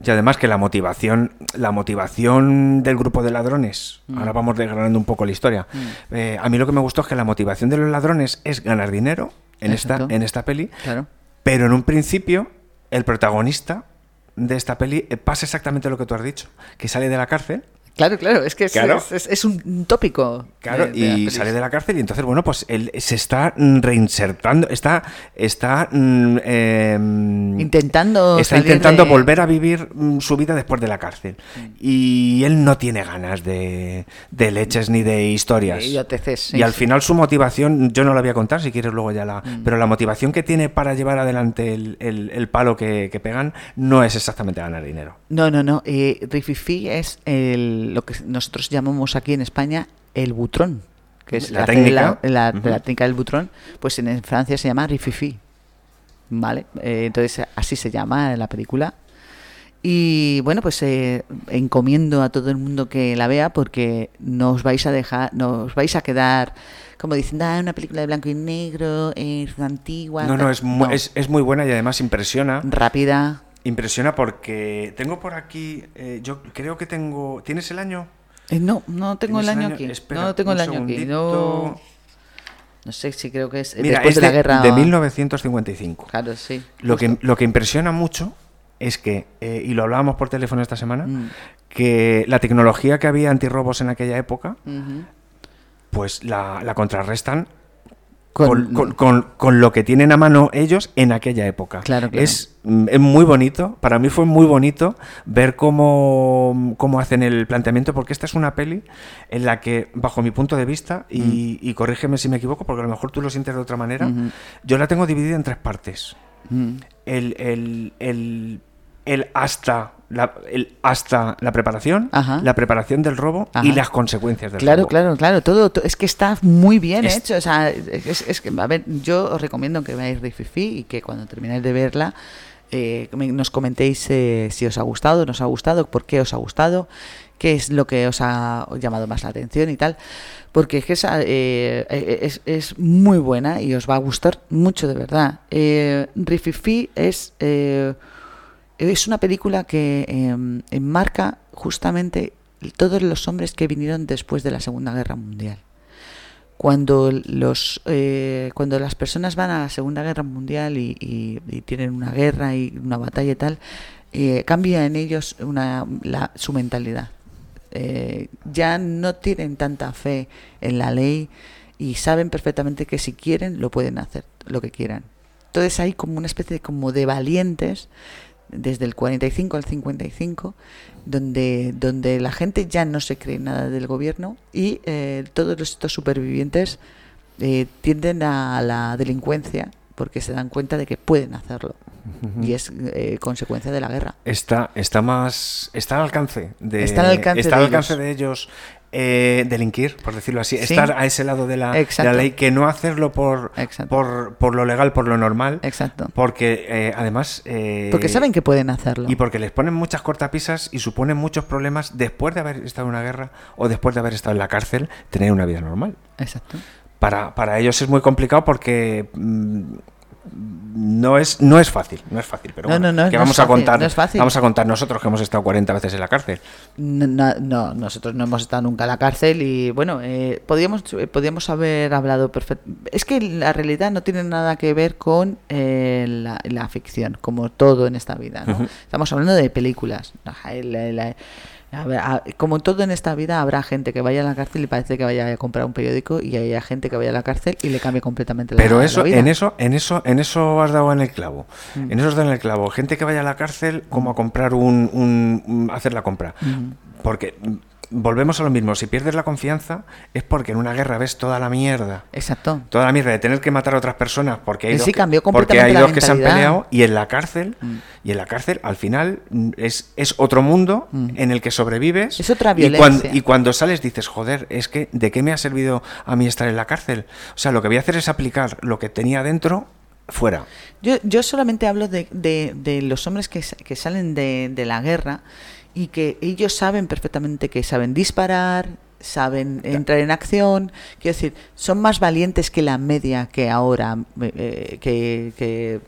S2: Y además que la motivación, la motivación del grupo de ladrones,
S1: Mm.
S2: ahora vamos desgranando un poco la historia. eh, a mí lo que me gustó es que la motivación de los ladrones es ganar dinero en esta,
S1: Exacto.
S2: en esta peli.
S1: Claro.
S2: Pero en un principio, el protagonista de esta peli eh, pasa exactamente lo que tú has dicho, que sale de la cárcel
S1: Claro, claro, es que es,
S2: Claro.
S1: es- es- es un tópico.
S2: Claro,
S1: de- de las
S2: y
S1: pelis.
S2: sale de la cárcel y entonces, bueno, pues él se está mm, reinsertando, está, está, mm, eh,
S1: Intentando
S2: está
S1: salir
S2: intentando
S1: de- Mm.
S2: volver a vivir mm, su vida después de la cárcel. Y él no tiene ganas de, de leches ni de historias.
S1: De idioteces, sí,
S2: y al
S1: sí. Mm.
S2: final su motivación, yo no la voy a contar, si quieres luego ya la... Pero la motivación que tiene para llevar adelante el, el- el palo que, que pegan no es exactamente ganar dinero.
S1: No, no, no. Eh, Rififi es el, lo que nosotros llamamos aquí en España el butrón, que es
S2: La
S1: hace
S2: técnica.
S1: La, la-
S2: Ujú.
S1: la técnica del butrón, pues en, en Francia se llama Rififi. ¿Vale? Eh, entonces así se llama en la película. Y bueno, pues eh, encomiendo a todo el mundo que la vea porque no os vais a dejar, no os vais a quedar como diciendo, ah, una película de blanco y negro, eh, es antigua.
S2: No, no,
S1: tal".
S2: es muy,
S1: No,
S2: Es, es muy buena y además impresiona.
S1: rápida.
S2: Impresiona porque tengo por aquí, eh, yo creo que tengo, ¿tienes el año?
S1: Eh, no, no tengo el
S2: ¿Tienes
S1: año aquí.
S2: Espera,
S1: no tengo
S2: un
S1: el año aquí. No,
S2: segundito.
S1: no sé si creo que es eh,
S2: Mira,
S1: después
S2: es
S1: de
S2: de,
S1: la guerra.
S2: de
S1: o-
S2: 1955.
S1: Claro, sí.
S2: Lo que,
S1: justo.
S2: lo que impresiona mucho es que, eh, y lo hablábamos por teléfono esta semana,
S1: Mm.
S2: que la tecnología que había antirrobos en aquella época,
S1: Ujú.
S2: pues la, la contrarrestan
S1: Con-
S2: con, con- con- con lo que tienen a mano ellos en aquella época.
S1: Claro, claro.
S2: Es, mm, es muy bonito, para mí fue muy bonito ver cómo, cómo hacen el planteamiento, porque esta es una peli en la que, bajo mi punto de vista, y, y corrígeme si me equivoco, porque a lo mejor tú lo sientes de otra manera,
S1: Mm. Ujú.
S2: yo la tengo dividida en tres partes.
S1: Mm.
S2: El, el- el- el hasta... La, el hasta la preparación,
S1: Ajá.
S2: la preparación del robo y
S1: Ajá.
S2: las consecuencias del
S1: Claro,
S2: robo.
S1: claro, claro. Todo, to- es que está muy bien
S2: Es-
S1: hecho. O sea, es, es que, a ver, yo os recomiendo que veáis Rififi y que cuando terminéis de verla eh, me- nos comentéis eh, si os ha gustado, no os ha gustado, por qué os ha gustado, qué es lo que os ha llamado más la atención y tal, porque es que esa, eh, eh, es, es muy buena y os va a gustar mucho de verdad. Eh, Rififi es... eh, es una película que eh, enmarca justamente todos los hombres que vinieron después de la Segunda Guerra Mundial. Cuando, los, eh, cuando las personas van a la Segunda Guerra Mundial y, y- y tienen una guerra y una batalla y tal, eh, cambia en ellos una- la- su mentalidad. Eh, ya no tienen tanta fe en la ley y saben perfectamente que si quieren lo pueden hacer, lo que quieran. Entonces hay como una especie de, como de valientes desde el 45 al 55, donde, donde la gente ya no se cree nada del gobierno y eh, todos estos supervivientes eh, tienden a la delincuencia porque se dan cuenta de que pueden hacerlo y es eh, consecuencia de la guerra.
S2: Está, está más. Está al alcance de.
S1: Está al alcance
S2: está
S1: de
S2: al alcance
S1: ellos.
S2: de ellos, eh, delinquir, por decirlo así.
S1: Sí.
S2: Estar a ese lado de la, de la
S1: Exacto.
S2: ley, que no hacerlo por,
S1: Exacto.
S2: por, por lo legal, por lo normal.
S1: Exacto.
S2: Porque eh, además. eh,
S1: Porque saben que pueden hacerlo.
S2: Y porque les ponen muchas cortapisas y suponen muchos problemas después de haber estado en una guerra o después de haber estado en la cárcel, tener una vida normal.
S1: Exacto.
S2: Para, para ellos es muy complicado porque mm, no es, no es fácil, no es fácil, pero
S1: No,
S2: bueno,
S1: no, no,
S2: que
S1: no
S2: vamos
S1: es
S2: a
S1: fácil,
S2: contar,
S1: no es fácil.
S2: vamos a contar nosotros que hemos estado 40 veces en la cárcel.
S1: No, no, no, nosotros no hemos estado nunca en la cárcel y bueno, eh, podíamos, eh, podíamos haber hablado perfecto. Es que la realidad no tiene nada que ver con eh, la, la ficción, como todo en esta vida. ¿no? Estamos hablando de películas. Ajá, el- el- el- a ver, a- como todo en esta vida, habrá gente que vaya a la cárcel y parece que vaya a comprar un periódico y haya gente que vaya a la cárcel y le cambie completamente la,
S2: Pero eso,
S1: la vida. Mm.
S2: en eso, en eso, en eso has dado en el clavo. En eso has dado en el clavo. Gente que vaya a la cárcel como a comprar un, un- un- hacer la compra. Porque mm, volvemos a lo mismo, si pierdes la confianza es porque en una guerra ves toda la mierda.
S1: Exacto.
S2: Toda la mierda de tener que matar a otras personas porque hay
S1: Y
S2: dos,
S1: sí,
S2: que-
S1: cambió
S2: porque hay
S1: completamente la
S2: dos que se han
S1: mentalidad. Mm.
S2: peleado y en la cárcel y en la cárcel al final mm, es, es otro mundo en el que sobrevives
S1: Mm. Es otra
S2: y cuan- y
S1: violencia.
S2: cuando, sales dices joder es que de qué me ha servido a mí estar en la cárcel o sea lo que voy a hacer es aplicar lo que tenía dentro fuera
S1: Yo, yo solamente hablo de, de- de los hombres que, sa- que salen de, de la guerra y que ellos saben perfectamente que saben disparar, saben entrar en acción. Quiero decir, son más valientes que la media que ahora, eh, que, que,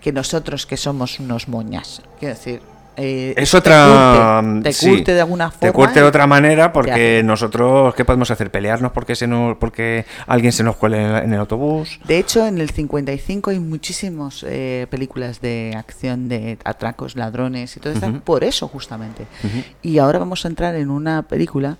S1: que nosotros que somos unos moñas. Quiero decir. eh,
S2: es
S1: te
S2: otra mm,
S1: curte, Te curte,
S2: sí,
S1: de alguna forma. ¿eh?
S2: te curte de
S1: y-
S2: otra manera porque
S1: hace.
S2: nosotros qué podemos hacer pelearnos porque se nos porque alguien se nos cuele en el- en el autobús
S1: De hecho, en el 55 hay muchísimas eh, películas de acción, de atracos, ladrones y todo eso, por eso justamente. Y ahora vamos a entrar en una película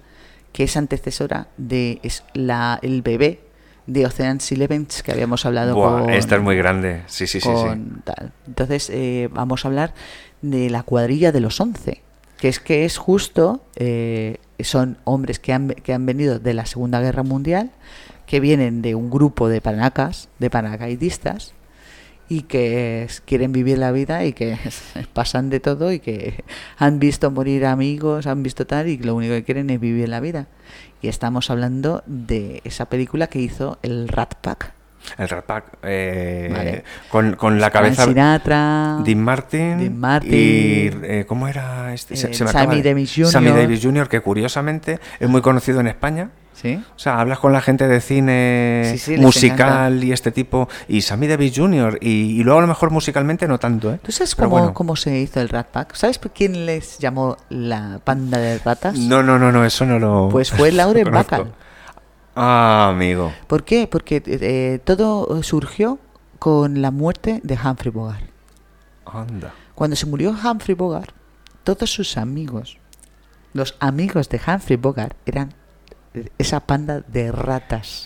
S1: que es antecesora de es la, El bebé de Ocean's Eleven, que habíamos hablado
S2: Buah,
S1: con...
S2: esta es muy grande sí sí sí, sí.
S1: con tal. Entonces, eh, vamos a hablar de la cuadrilla de los 11, que es que es justo, eh, son hombres que han, que han venido de la Segunda Guerra Mundial, que vienen de un grupo de panacas, de panacaidistas, y que es- quieren vivir la vida y que [laughs] pasan de todo y que han visto morir amigos, han visto tal y que lo único que quieren es vivir la vida. Y estamos hablando de esa película que hizo el Rat Pack.
S2: El Rat Pack, eh,
S1: Vale.
S2: con, con la cabeza.
S1: Frank Sinatra,
S2: Dean Martin.
S1: Dean Martin,
S2: Y. eh, ¿Cómo era este?
S1: eh,
S2: acaba
S1: Sammy
S2: de-
S1: Davis Jr..
S2: Sammy Davis Jr., que curiosamente es muy conocido en España.
S1: ¿Sí?
S2: O sea, hablas con la gente de cine
S1: Sí, sí, les
S2: musical
S1: encanta.
S2: y este tipo. Y Sammy Davis Jr. Y, y luego a lo mejor musicalmente no tanto, ¿eh?
S1: ¿Tú sabes
S2: Pero
S1: cómo,
S2: bueno.
S1: cómo se hizo el Rat Pack? ¿Sabes por quién les llamó la panda de ratas?
S2: No, no, no, no, eso no lo.
S1: Pues
S2: [laughs]
S1: fue
S2: no
S1: Lauren
S2: lo conozco.
S1: Bacall.
S2: Ah, amigo.
S1: ¿Por qué? Porque eh, todo surgió con la muerte de Humphrey Bogart.
S2: Anda.
S1: Cuando se murió Humphrey Bogart, todos sus amigos, los amigos de Humphrey Bogart, eran esa panda de
S2: [laughs]
S1: ratas.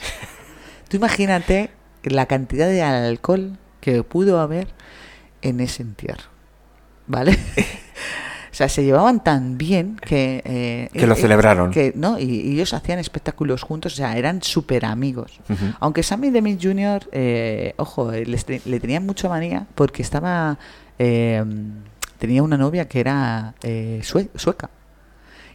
S1: Tú imagínate la cantidad de alcohol que pudo haber en ese entierro,
S2: [laughs]
S1: ¿vale? O sea, se llevaban tan bien que... eh,
S2: Que lo
S1: eh,
S2: celebraron.
S1: Que, ¿no? y, y ellos hacían espectáculos juntos, o sea, eran súper amigos. Aunque Sammy Demis Jr., eh, ojo, eh, les te- le tenían mucha manía porque estaba... eh, tenía una novia que era eh, sue- sueca.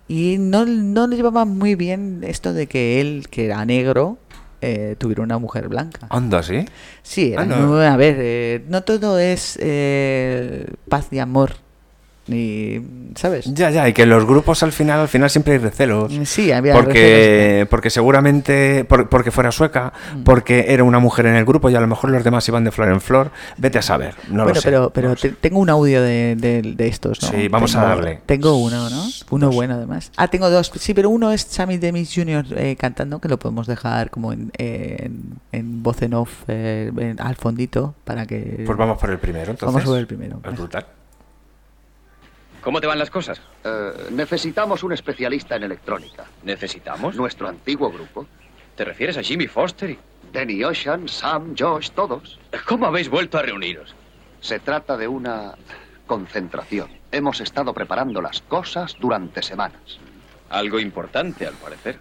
S1: Y no, no le llevaba muy bien esto de que él, que era negro, eh, tuvieron una mujer blanca.
S2: ¿Anda, sí?
S1: Sí,
S2: Ah,
S1: eran
S2: no.
S1: nueve- a ver, eh, no todo es eh, paz y amor, ni, ¿sabes?
S2: Ya, ya, y que en los grupos al final, al final siempre hay recelos.
S1: Sí, había
S2: porque, porque seguramente, por- porque fuera sueca,
S1: Mm.
S2: porque era una mujer en el grupo y a lo mejor los demás iban de flor en flor. Vete a saber, no
S1: bueno,
S2: lo sé.
S1: pero, pero te- tengo un audio de, de- de estos, ¿no?
S2: Sí, vamos a
S1: Tengo-
S2: darle.
S1: Tengo uno, ¿no? Uno bueno, además. Ah, tengo dos. Sí, pero uno es Sammy Demis Jr. eh, cantando, que lo podemos dejar como en, en, en voz en off eh, en- al fondito para que...
S2: Pues vamos por el primero, entonces.
S1: Vamos por el primero.
S2: Es brutal. [laughs]
S10: ¿Cómo te van las cosas?
S11: Eh, necesitamos un especialista en electrónica.
S10: ¿Necesitamos?
S11: Nuestro antiguo grupo.
S10: ¿Te refieres a Jimmy Foster? y-
S11: Danny Ocean, Sam, Josh, todos.
S10: ¿Cómo habéis vuelto a reuniros?
S11: Se trata de una concentración. Hemos estado preparando las cosas durante semanas.
S10: Algo importante, al parecer.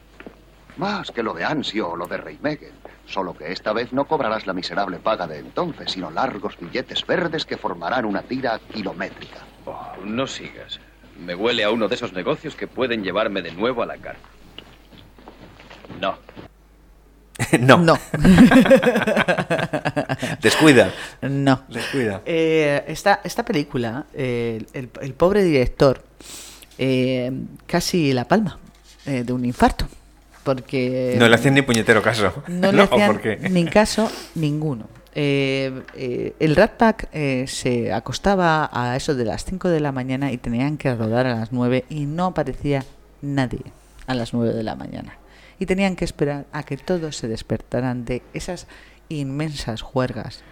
S11: Más que lo de Ansio o lo de Reymagen. Solo que esta vez no cobrarás la miserable paga de entonces, sino largos billetes verdes que formarán una tira kilométrica.
S10: Oh, no sigas. Me huele a uno de esos negocios que pueden llevarme de nuevo a la cárcel. No.
S2: no. [laughs]
S1: No. [laughs]
S2: Descuida.
S1: No.
S2: Descuida.
S1: Eh, esta, esta película, eh, el, el pobre director eh, casi la palma eh, de un infarto. Porque.
S2: No le hacían ni puñetero caso.
S1: Eh, No le
S2: [laughs] ¿No? ¿O
S1: hacían
S2: por qué?
S1: ni caso ninguno. Eh, eh, el Rat Pack eh, se acostaba a eso de las 5 de la mañana y tenían que rodar a las 9 y no aparecía nadie a las 9 de la mañana. Y tenían que esperar a que todos se despertaran de esas inmensas juergas.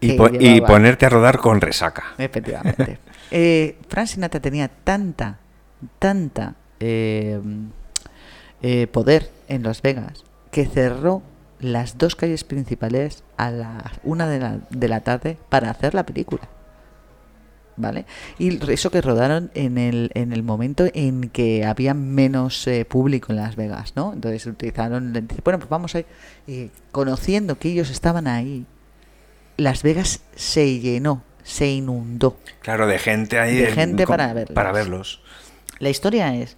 S2: Y,
S1: que
S2: po- y
S1: llevaban.
S2: ponerte a rodar con resaca.
S1: Efectivamente. [laughs] eh, Frank Sinatra tenía tanta, tanta eh, eh, poder en Las Vegas que cerró las dos calles principales a la una de la, de la tarde para hacer la película. ¿Vale? Y eso que rodaron en el, en el momento en que había menos eh, público en Las Vegas, ¿no? Entonces utilizaron, dice, bueno, pues vamos a ir", Y conociendo que ellos estaban ahí, Las Vegas se llenó, se inundó.
S2: Claro, de gente ahí.
S1: De
S2: en-
S1: gente
S2: con-
S1: para verlos.
S2: Para verlos.
S1: La historia es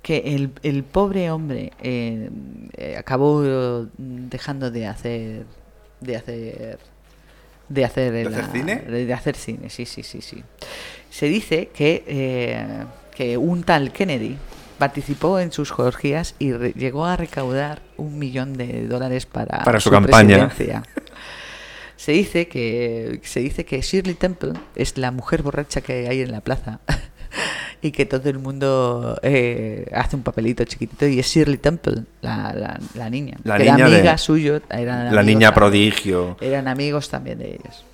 S1: que el, el pobre hombre eh, eh, acabó eh, dejando de hacer de hacer de hacer,
S2: ¿De hacer
S1: la-
S2: cine?
S1: de, de hacer cine sí sí sí sí se dice que eh, que un tal Kennedy participó en sus orgías y re- llegó a recaudar un millón de dólares para
S2: Para su campaña.
S1: presidencia. se dice que se dice que Shirley Temple es la mujer borracha que hay en la plaza [laughs] y que todo el mundo eh, hace un papelito chiquitito y es Shirley Temple la, la- la niña
S2: La
S1: que
S2: niña
S1: era
S2: de-
S1: amiga suyo eran
S2: La
S1: amigos
S2: niña
S1: también.
S2: prodigio.
S1: eran amigos también de ellos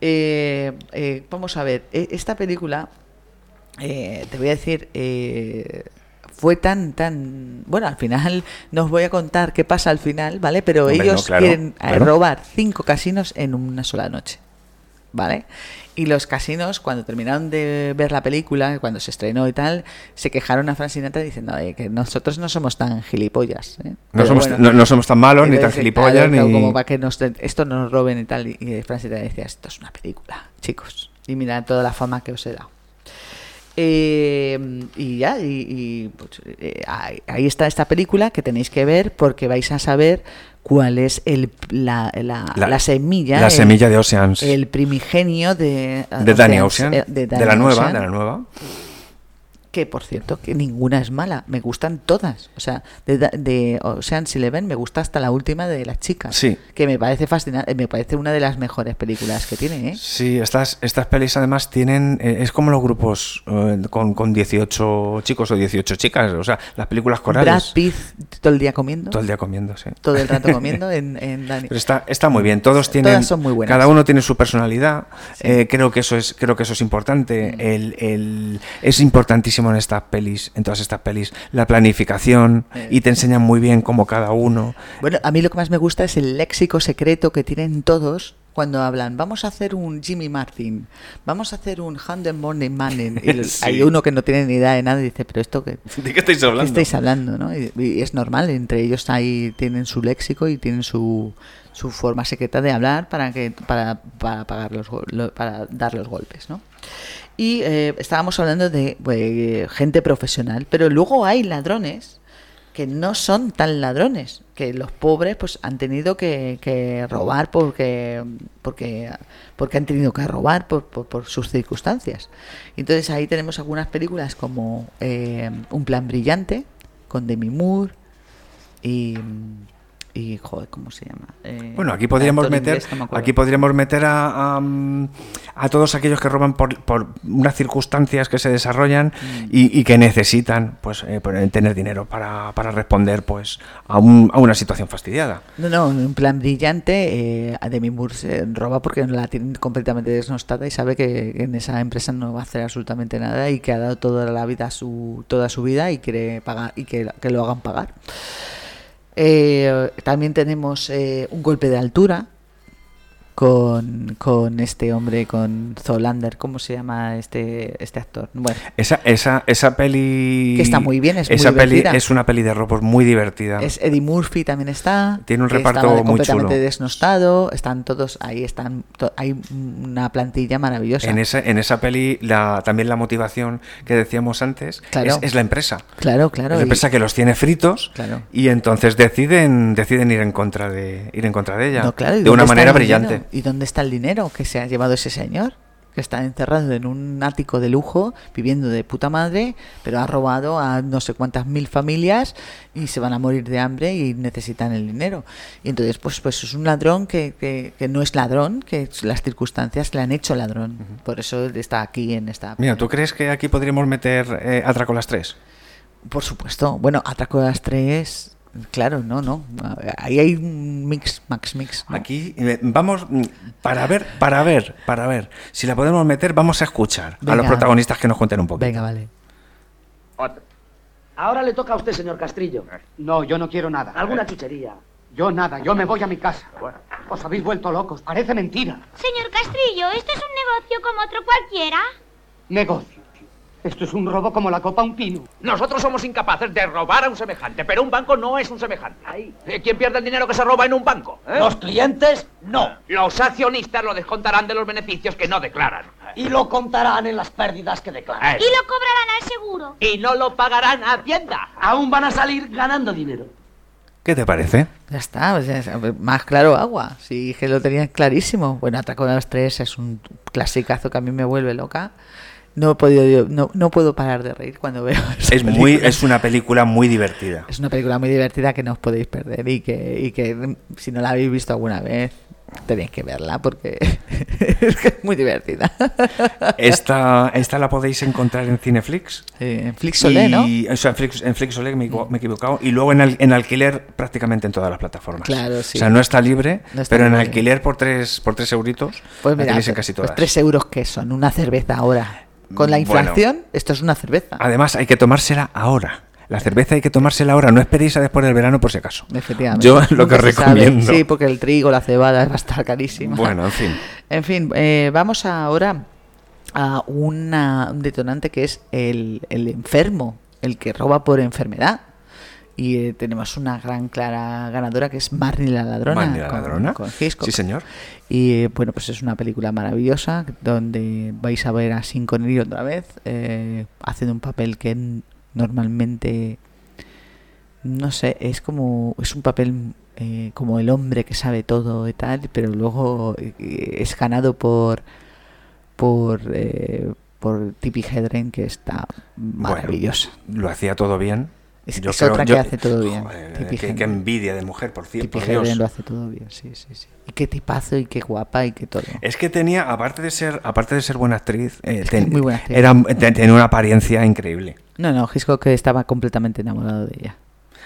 S1: Eh, eh, vamos a ver e- esta película eh, te voy a decir eh, fue tan tan bueno al final no os voy a contar qué pasa al final vale pero
S2: Hombre,
S1: ellos
S2: no, claro,
S1: quieren eh,
S2: claro.
S1: robar cinco casinos en una sola noche ¿vale? Y los casinos, cuando terminaron de ver la película, cuando se estrenó y tal, se quejaron a Frank Sinatra diciendo eh, que nosotros no somos tan gilipollas. ¿eh?
S2: No
S1: Pero
S2: somos,
S1: bueno.
S2: no, no somos tan malos, ni
S1: Pero
S2: tan
S1: dice,
S2: gilipollas,
S1: eh, claro, claro,
S2: ni.
S1: Como para que nos, esto no nos roben y tal. Y, y Frank Sinatra decía, esto es una película, chicos. Y mirad toda la fama que os he dado. Eh, y ya, y, y, pues, eh, ahí, ahí está esta película que tenéis que ver porque vais a saber cuál es el, la, la,
S2: La-
S1: la semilla.
S2: la
S1: el-
S2: semilla de Oceans.
S1: El primigenio de...
S2: de Danny Ocean.
S1: Ocean, eh,
S2: De,
S1: Danny
S2: la nueva,
S1: Ocean,
S2: de la nueva.
S1: Que, por cierto, que ninguna es mala. Me gustan todas. O sea, de, Da- de Ocean's Eleven me gusta hasta la última de las chicas.
S2: Sí.
S1: Que me parece fascinante. Me parece una de las mejores películas que tiene, ¿eh?
S2: Sí, estas, estas pelis además tienen. eh, es como los grupos eh, con, con 18 chicos o 18 chicas. O sea, las películas
S1: Brad
S2: corales.
S1: Pitt todo el día comiendo.
S2: Todo el día comiendo, sí.
S1: todo el
S2: [laughs]
S1: rato comiendo en, en Dani.
S2: Pero está, está muy bien, todos tienen.
S1: Todas son muy buenas.
S2: Cada uno tiene su personalidad.
S1: Sí. Mm.
S2: eh, creo que eso es, creo que eso es importante. El, el- es importantísimo en estas pelis, en todas estas pelis, la planificación,
S1: Eh,
S2: y te enseñan muy bien cómo cada uno.
S1: Bueno, a mí lo que más me gusta es el léxico secreto que tienen todos cuando hablan. Vamos a hacer un Jimmy Martin, vamos a hacer un Handen Morning
S2: [laughs]
S1: Manning. Y el-
S2: Sí.
S1: Hay uno que no tiene ni idea de nada y dice, pero esto que...
S2: [laughs] ¿De qué estáis hablando?
S1: estáis hablando, ¿no? Y, y es normal, entre ellos ahí tienen su léxico y tienen su, su forma secreta de hablar para que para, para pagar los gol- lo- para dar los golpes, ¿no? Y eh, estábamos hablando de pues, gente profesional, pero luego hay ladrones que no son tan ladrones, que los pobres pues han tenido que, que robar porque, porque, porque han tenido que robar por, por- por sus circunstancias. Entonces ahí tenemos algunas películas como eh, Un plan brillante, con Demi Moore y... y, joder, ¿cómo se llama? Eh,
S2: Bueno, aquí podríamos
S1: actor
S2: meter,
S1: inglés, no me acuerdo.
S2: aquí podríamos meter a, a, mm, a todos aquellos que roban por, por unas circunstancias que se desarrollan
S1: Mm.
S2: y, y que necesitan pues eh, por- tener dinero para, para responder pues a, un- a una situación fastidiada.
S1: No, no, un plan brillante. Eh, a Demi Moore se roba porque la tienen completamente desnostada y sabe que en esa empresa no va a hacer absolutamente nada y que ha dado toda la vida su toda su vida y quiere pagar y que, que lo hagan pagar. Eh, también tenemos eh, un golpe de altura con, con este hombre, con Zolander, ¿cómo se llama este este actor? Bueno,
S2: Esa, esa, esa peli
S1: Que está muy bien, es muy
S2: esa peli
S1: divertida.
S2: es una peli de robos muy divertida.
S1: Es Eddie Murphy también está.
S2: Tiene un
S1: que
S2: reparto
S1: estaba
S2: muy
S1: completamente
S2: chulo.
S1: desnostado. Están todos ahí, están to- hay una plantilla maravillosa.
S2: en esa, en esa peli la, también la motivación que decíamos antes
S1: Claro.
S2: es, es la empresa.
S1: Claro, claro,
S2: Es
S1: y-
S2: la empresa que los tiene fritos
S1: Claro.
S2: y entonces deciden, deciden ir en contra de, ir en contra de ella.
S1: No, claro, ¿y
S2: de
S1: dónde
S2: una
S1: está
S2: manera
S1: el dinero?
S2: brillante.
S1: ¿Y dónde está el dinero que se ha llevado ese señor? Que está encerrado en un ático de lujo, viviendo de puta madre, pero ha robado a no sé cuántas mil familias y se van a morir de hambre y necesitan el dinero. Y entonces, pues, pues es un ladrón que, que- que no es ladrón, que las circunstancias le han hecho ladrón. Por eso está aquí en esta
S2: Mira, ¿tú crees que aquí podríamos meter eh, Atraco las tres?
S1: Por supuesto. Bueno, Atraco a las tres, claro, no, no. Ahí hay un mix, max mix. ¿no?
S2: Aquí eh, vamos mm, para ver, para ver, para ver. Si la podemos meter, vamos a escuchar a los
S1: Venga.
S2: protagonistas que nos cuenten un poco.
S1: Venga, vale.
S12: Ahora le toca a usted, señor Castrillo.
S13: Eh.
S12: No, yo no quiero nada. Alguna chuchería. Yo nada, yo me voy a mi casa. Os habéis vuelto locos, parece mentira.
S14: Señor Castrillo, ¿esto es un negocio como otro cualquiera?
S12: Negocio. Esto es un robo como la copa a un pino.
S13: Nosotros somos incapaces de robar a un semejante, pero un banco no es un semejante. Eh, ¿Quién pierde el dinero que se roba en un banco?
S15: Los clientes
S13: no. Los accionistas lo descontarán de los beneficios que no declaran. Eh.
S15: y lo contarán en las pérdidas que declaran.
S13: Eso. Y
S14: lo cobrarán al seguro.
S15: Y no lo pagarán a Hacienda. Aún van a salir ganando dinero.
S2: ¿Qué te parece?
S1: Ya está, o sea, es- más claro agua. Sí, que lo tenían clarísimo. Bueno, Atraco a las tres es un clasicazo que a mí me vuelve loca. No he podido, yo- no, no puedo parar de reír cuando veo. [laughs] esa
S2: Es, muy,
S1: película.
S2: es una película
S1: [laughs]
S2: muy divertida.
S1: Es una película muy divertida que no os podéis perder y que, y que mm, si no la habéis visto alguna vez tenéis que verla porque [laughs] es que es muy divertida. [laughs]
S2: Esta, esta la podéis encontrar en Cineflix.
S1: en Flixolé, ¿no?
S2: O sea, en Flix, en Flixolé me, equivo- me he equivocado. Y luego en, al- en alquiler prácticamente en todas las plataformas.
S1: Claro, sí.
S2: O sea, no está libre,
S1: No está
S2: pero en
S1: libre.
S2: alquiler por tres, por tres euritos
S1: Pues
S2: la
S1: mira,
S2: tenéis en
S1: pues
S2: casi todas. Mm,
S1: tres euros que son una cerveza ahora. Con la
S2: Bueno.
S1: inflación, esto es una cerveza.
S2: Además, hay que tomársela ahora. La cerveza hay que tomársela ahora. No esperéis a después del verano por si acaso.
S1: Efectivamente.
S2: Yo lo que
S1: Nunca se sabe.
S2: recomiendo.
S1: Sí, porque el trigo, la cebada va a estar carísima.
S2: Bueno, en fin.
S1: [laughs] En fin, eh, vamos ahora a una- un detonante que es el, el enfermo, el que roba por enfermedad. Y eh, tenemos una gran clara ganadora que es Marnie la ladrona.
S2: Marnie la
S1: con-
S2: ladrona.
S1: con Hitchcock.
S2: Sí, señor.
S1: Y eh, bueno, pues es una película maravillosa donde vais a ver a Sean Connery otra vez eh, haciendo un papel que n- normalmente no sé, es como es un papel eh, como el hombre que sabe todo y tal, pero luego eh, es ganado por por eh, por Tippi Hedren que está maravillosa.
S2: Lo hacía todo bien.
S1: Es-
S2: Yo
S1: es otra que hace todo bien,
S2: Joder,
S1: Tippi
S2: qué,
S1: Hedren.
S2: qué envidia de mujer, por cierto.
S1: Tippi
S2: por
S1: Hedren
S2: Dios.
S1: lo hace todo bien, sí, sí, sí. Y qué tipazo y qué guapa y qué todo.
S2: Es que tenía, aparte de ser, aparte de ser buena actriz, eh,
S1: que
S2: ten-
S1: es muy buena actriz.
S2: era- te- tenía una apariencia increíble.
S1: No, no, Hitchcock estaba completamente enamorado de ella.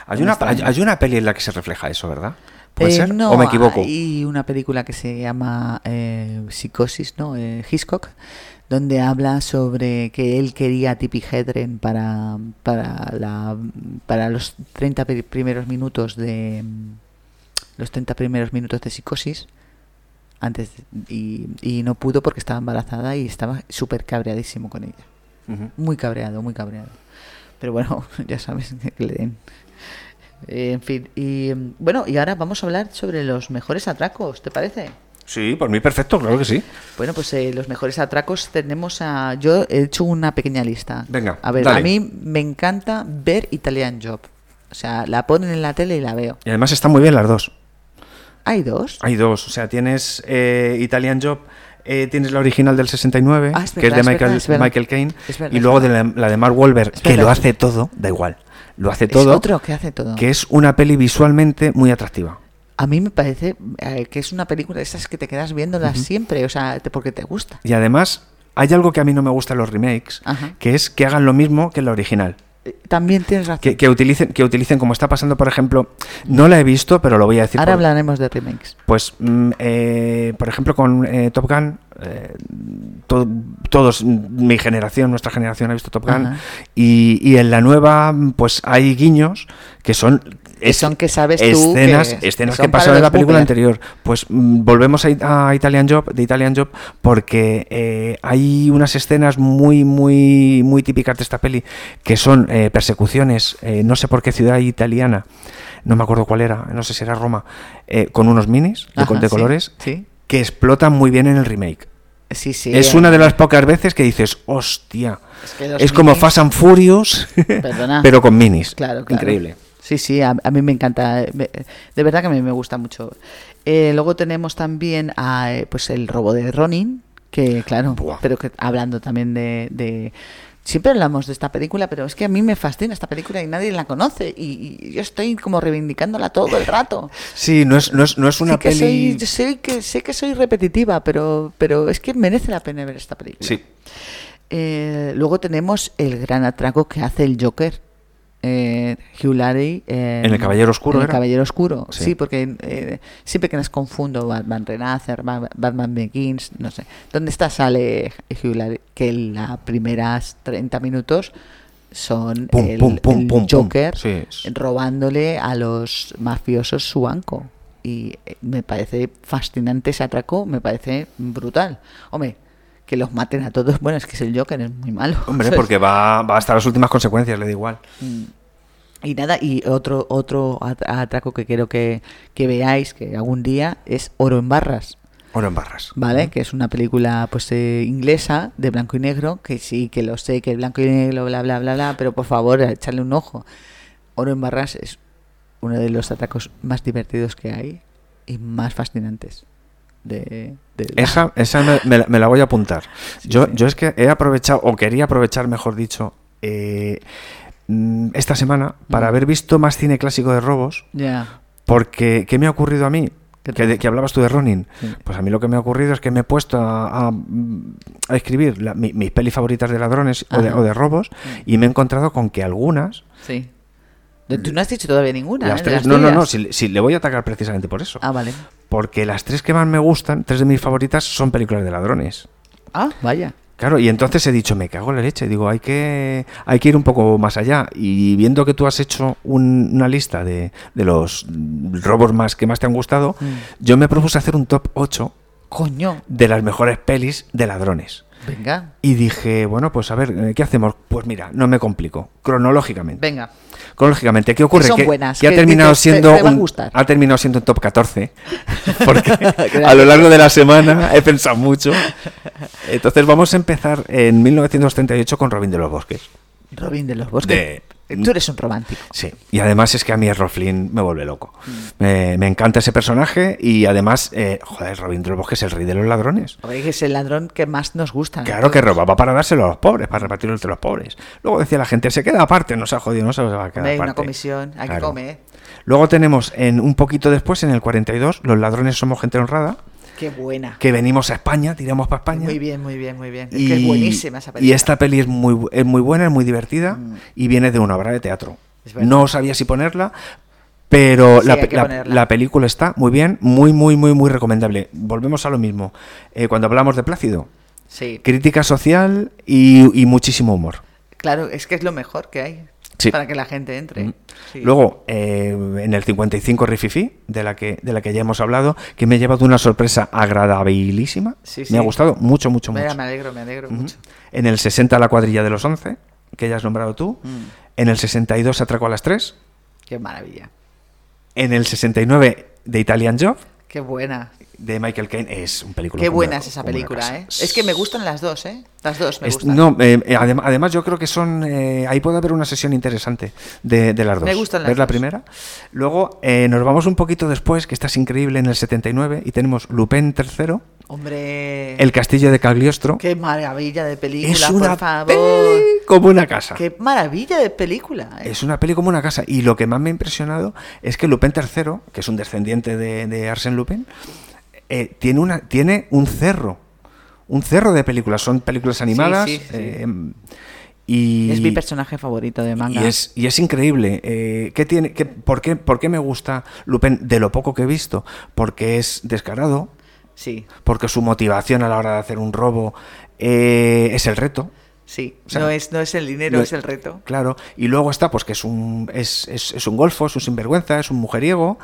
S2: Hay una,
S1: Honestamente.
S2: hay, hay una peli en la que se refleja eso, ¿verdad? ¿Puede
S1: Eh,
S2: ser?
S1: No,
S2: ¿O me equivoco?
S1: Hay una película que se llama eh, Psicosis, ¿no? Eh, Hitchcock, donde habla sobre que él quería a Tippi Hedren para, para, la, para los 30 pri- primeros minutos de los 30 primeros minutos de Psicosis antes de- y, y no pudo porque estaba embarazada y estaba súper cabreadísimo con ella.
S2: Ujú.
S1: Muy cabreado, muy cabreado. Pero bueno, [laughs] ya sabes que le den. Eh, En fin, y mm, bueno, y ahora vamos a hablar sobre los mejores atracos, ¿te parece?
S2: Sí, por mí perfecto, claro que sí.
S1: Bueno, pues eh, los mejores atracos tenemos a... Yo he hecho una pequeña lista.
S2: Venga,
S1: A ver,
S2: dale.
S1: a mí me encanta ver Italian Job. sea, la ponen en la tele y la veo.
S2: Y además están muy bien las dos.
S1: ¿Hay dos?
S2: Hay dos. O sea, tienes eh, Italian Job, eh, tienes la original del 69,
S1: Ah, es
S2: que es
S1: verdad,
S2: de
S1: es
S2: Michael,
S1: verdad, es verdad.
S2: Michael Caine,
S1: Es verdad,
S2: y
S1: es
S2: luego de la, la de Mark Wahlberg, que
S1: verdad,
S2: lo
S1: es
S2: hace todo, da igual. Lo hace
S1: Es
S2: todo.
S1: otro que hace todo.
S2: Que es una peli visualmente muy atractiva.
S1: A mí me parece eh, que es una película de esas que te quedas viéndolas siempre, o sea, te- porque te gusta.
S2: Y además, hay algo que a mí no me gusta en los remakes,
S1: Ajá.
S2: que es que hagan lo mismo que en la original.
S1: Eh, También tienes razón.
S2: Que, que utilicen, que utilicen, como está pasando, por ejemplo, no la he visto, pero lo voy a decir.
S1: Ahora
S2: por-
S1: hablaremos de remakes.
S2: Pues, mm, eh, por ejemplo, con eh, Top Gun, eh, to- todos, mm, mi generación, nuestra generación ha visto Top Gun,
S1: Ajá.
S2: y, y en la nueva, mm, pues hay guiños que son... son que
S1: sabes tú
S2: escenas,
S1: que
S2: escenas
S1: son
S2: que
S1: para
S2: pasaron en
S1: los
S2: la película
S1: boomers.
S2: anterior. Pues mm, volvemos a, It- a Italian Job, de Italian Job, porque eh, hay unas escenas muy, muy, muy típicas de esta peli, que son eh, persecuciones, eh, no sé por qué ciudad italiana, no me acuerdo cuál era, no sé si era Roma, eh, con unos minis de,
S1: Ajá,
S2: de
S1: sí,
S2: colores
S1: sí.
S2: que explotan muy bien en el remake.
S1: Sí, sí.
S2: es
S1: eh,
S2: una de las pocas veces que dices, hostia,
S1: Es
S2: es,
S1: que los
S2: como
S1: minis-
S2: Fast and Furious,
S1: Perdona.
S2: [laughs] pero con minis.
S1: Claro, claro.
S2: Increíble.
S1: Sí, sí, a, a mí me encanta. eh, me- De verdad que a mí me gusta mucho. Eh, luego tenemos también a, eh, pues el robo de Ronin, que claro, pero que hablando también de, de- Siempre hablamos de esta película, pero es que a mí me fascina esta película y nadie la conoce. Y, y yo estoy como reivindicándola todo el rato.
S2: Sí, no es, no es, no es una
S1: sí que
S2: peli...
S1: soy, sé que sé que soy repetitiva, pero, pero es que merece la pena ver esta película.
S2: Sí.
S1: Eh, luego tenemos el gran atraco que hace el Joker. eh, Hugh Laurie eh,
S2: En El Caballero Oscuro
S1: en el
S2: era.
S1: Caballero Oscuro sí,
S2: Sí.
S1: porque eh, siempre que nos confundo Batman Renacer Ba- Batman Begins no sé dónde está sale Hugh Laurie que en las primeras 30 minutos son
S2: Pum,
S1: el,
S2: pum, pum,
S1: el
S2: pum, pum.
S1: Joker
S2: Sí, es-
S1: robándole a los mafiosos su banco. Y eh, me parece fascinante ese atraco, me parece brutal. Hombre, que los maten a todos, bueno, es que es el Joker, es muy malo. [laughs]
S2: Hombre,
S1: ¿sabes?
S2: porque va, va hasta las últimas consecuencias, le da igual.
S1: Y nada, y otro, otro at- atraco que quiero que, que veáis, que algún día, es Oro en Barras.
S2: Oro en barras.
S1: ¿Vale? Que es una película pues eh, inglesa de blanco y negro, que sí, que lo sé, que es blanco y negro, bla, bla, bla, bla, pero por favor, echarle un ojo. Oro en Barras es uno de los atracos más divertidos que hay y más fascinantes. De, de la-
S2: Esa, esa me, me la, me la voy a apuntar. yo, yo es que he aprovechado, o quería aprovechar, mejor dicho, eh, mm, esta semana para
S1: Mm.
S2: haber visto más cine clásico de robos,
S1: [laughs] Ya.
S2: porque ¿qué me ha ocurrido a mí? Que, de- que hablabas tú de Ronin.
S1: Sí.
S2: Pues a mí lo que me ha ocurrido es que me he puesto a, a- a escribir la- mi- mis pelis favoritas de ladrones o de,
S1: Ajá.
S2: o de robos y me he encontrado con que algunas...
S1: Sí. De- Tú no has dicho todavía ninguna.
S2: las
S1: ¿eh? De
S2: tres-
S1: las
S2: no, no,
S1: tuyas.
S2: no, si, si le voy a atacar precisamente por eso.
S1: Ah, vale.
S2: Porque las tres que más me gustan, tres de mis favoritas, son películas de ladrones.
S1: Ah, vaya.
S2: Claro, y entonces he dicho, me cago en la leche, digo, hay que, hay que ir un poco más allá. Y viendo que tú has hecho un- una lista de, de los mm, robos más que más te han gustado, yo me propuse hacer un top 8
S1: Coño.
S2: de las mejores pelis de ladrones.
S1: Venga,
S2: Y dije, bueno, pues a ver, eh, ¿qué hacemos? Pues mira, no me complico, cronológicamente.
S1: venga.
S2: Cronológicamente, ¿qué ocurre?
S1: Que son buenas,
S2: ha
S1: que
S2: terminado
S1: dices, te-
S2: siendo
S1: te va a
S2: un-
S1: gustar.
S2: ha terminado siendo un
S1: [laughs]
S2: top 14 porque a lo largo de la semana he pensado mucho. Entonces vamos a empezar en 1938 con Robin de los Bosques.
S1: Robin de los Bosques. Tú eres un romántico.
S2: Sí. Y además es que a mí es Flynn me vuelve loco.
S1: Mm.
S2: Me, me encanta ese personaje y además, eh, joder, Robin de los Bosques es el rey de los ladrones.
S1: Porque es el ladrón que más nos gusta.
S2: Claro que robaba para dárselo a los pobres, para repartirlo entre los pobres. Luego decía la gente, se queda aparte, no se ha jodido, no se va a quedar
S1: Hombre, una
S2: aparte.
S1: comisión, hay que ¿eh?
S2: Claro.
S1: comer.
S2: Luego tenemos en un poquito después, en el 42, Los ladrones somos gente honrada,
S1: Qué buena.
S2: que venimos a España, tiramos para España.
S1: Muy bien, muy bien, muy bien. Es que es buenísima esa
S2: y
S1: película. Mm.
S2: esta peli es muy, bu- es muy buena, es muy divertida y viene de una obra de teatro.
S1: Es verdad.
S2: No sabía si ponerla, pero
S1: Sí,
S2: la,
S1: hay
S2: pe-
S1: que
S2: la-
S1: ponerla.
S2: la película está muy bien, muy, muy, muy, muy recomendable. Volvemos a lo mismo. Eh, cuando hablamos de Plácido,
S1: Sí.
S2: crítica social y, y muchísimo humor.
S1: Claro, es que es lo mejor que hay
S2: Sí. Mm.
S1: para que la gente entre. Sí.
S2: Luego, eh, en el 55 Rififi, de la, que, de la que ya hemos hablado, que me ha llevado una sorpresa agradabilísima.
S1: Sí, sí.
S2: Me ha gustado mucho, mucho,
S1: Mira,
S2: mucho.
S1: me alegro, me alegro
S2: Ujú.
S1: mucho.
S2: En el 60 La cuadrilla de los 11, que ya has nombrado tú.
S1: Mm,
S2: En el 62 Atraco a las 3.
S1: qué maravilla.
S2: En el 69 de Italian Job.
S1: Qué buena.
S2: de Michael Caine es un película.
S1: Qué
S2: como
S1: buena
S2: una-
S1: es esa
S2: como una
S1: película,
S2: casa.
S1: ¿eh? Es que me gustan las dos, ¿eh? Las dos me
S2: Es-
S1: gustan.
S2: no, eh, eh, adem- además yo creo que son eh, ahí puede haber una sesión interesante de, de las dos.
S1: Me gustan las
S2: ¿Ves la
S1: dos.
S2: primera? Luego eh, nos vamos un poquito después, que esta es increíble, en el 79 y tenemos Lupin III,
S1: Hombre.
S2: El Castillo de Cagliostro,
S1: Qué maravilla de película,
S2: Es una
S1: por favor.
S2: como una casa.
S1: Qué maravilla de película, ¿eh?
S2: Es una peli como una casa. Y lo que más me ha impresionado es que Lupin III, que es un descendiente de, de Arsène Lupin, eh, tiene, una, tiene un cerro. Un cerro de películas. Son películas animadas.
S1: sí, sí.
S2: eh, y,
S1: Es mi personaje favorito de manga.
S2: y es, y es increíble. Eh, ¿qué tiene, qué- por, qué, ¿Por qué me gusta Lupin de lo poco que he visto? Porque es descarado.
S1: Sí.
S2: Porque su motivación a la hora de hacer un robo eh, es el reto.
S1: Sí,
S2: O sea,
S1: no, es, no es el dinero,
S2: no-
S1: es el reto.
S2: Claro, y luego está, pues que es un, es, es- es un golfo, es un sinvergüenza, es un mujeriego,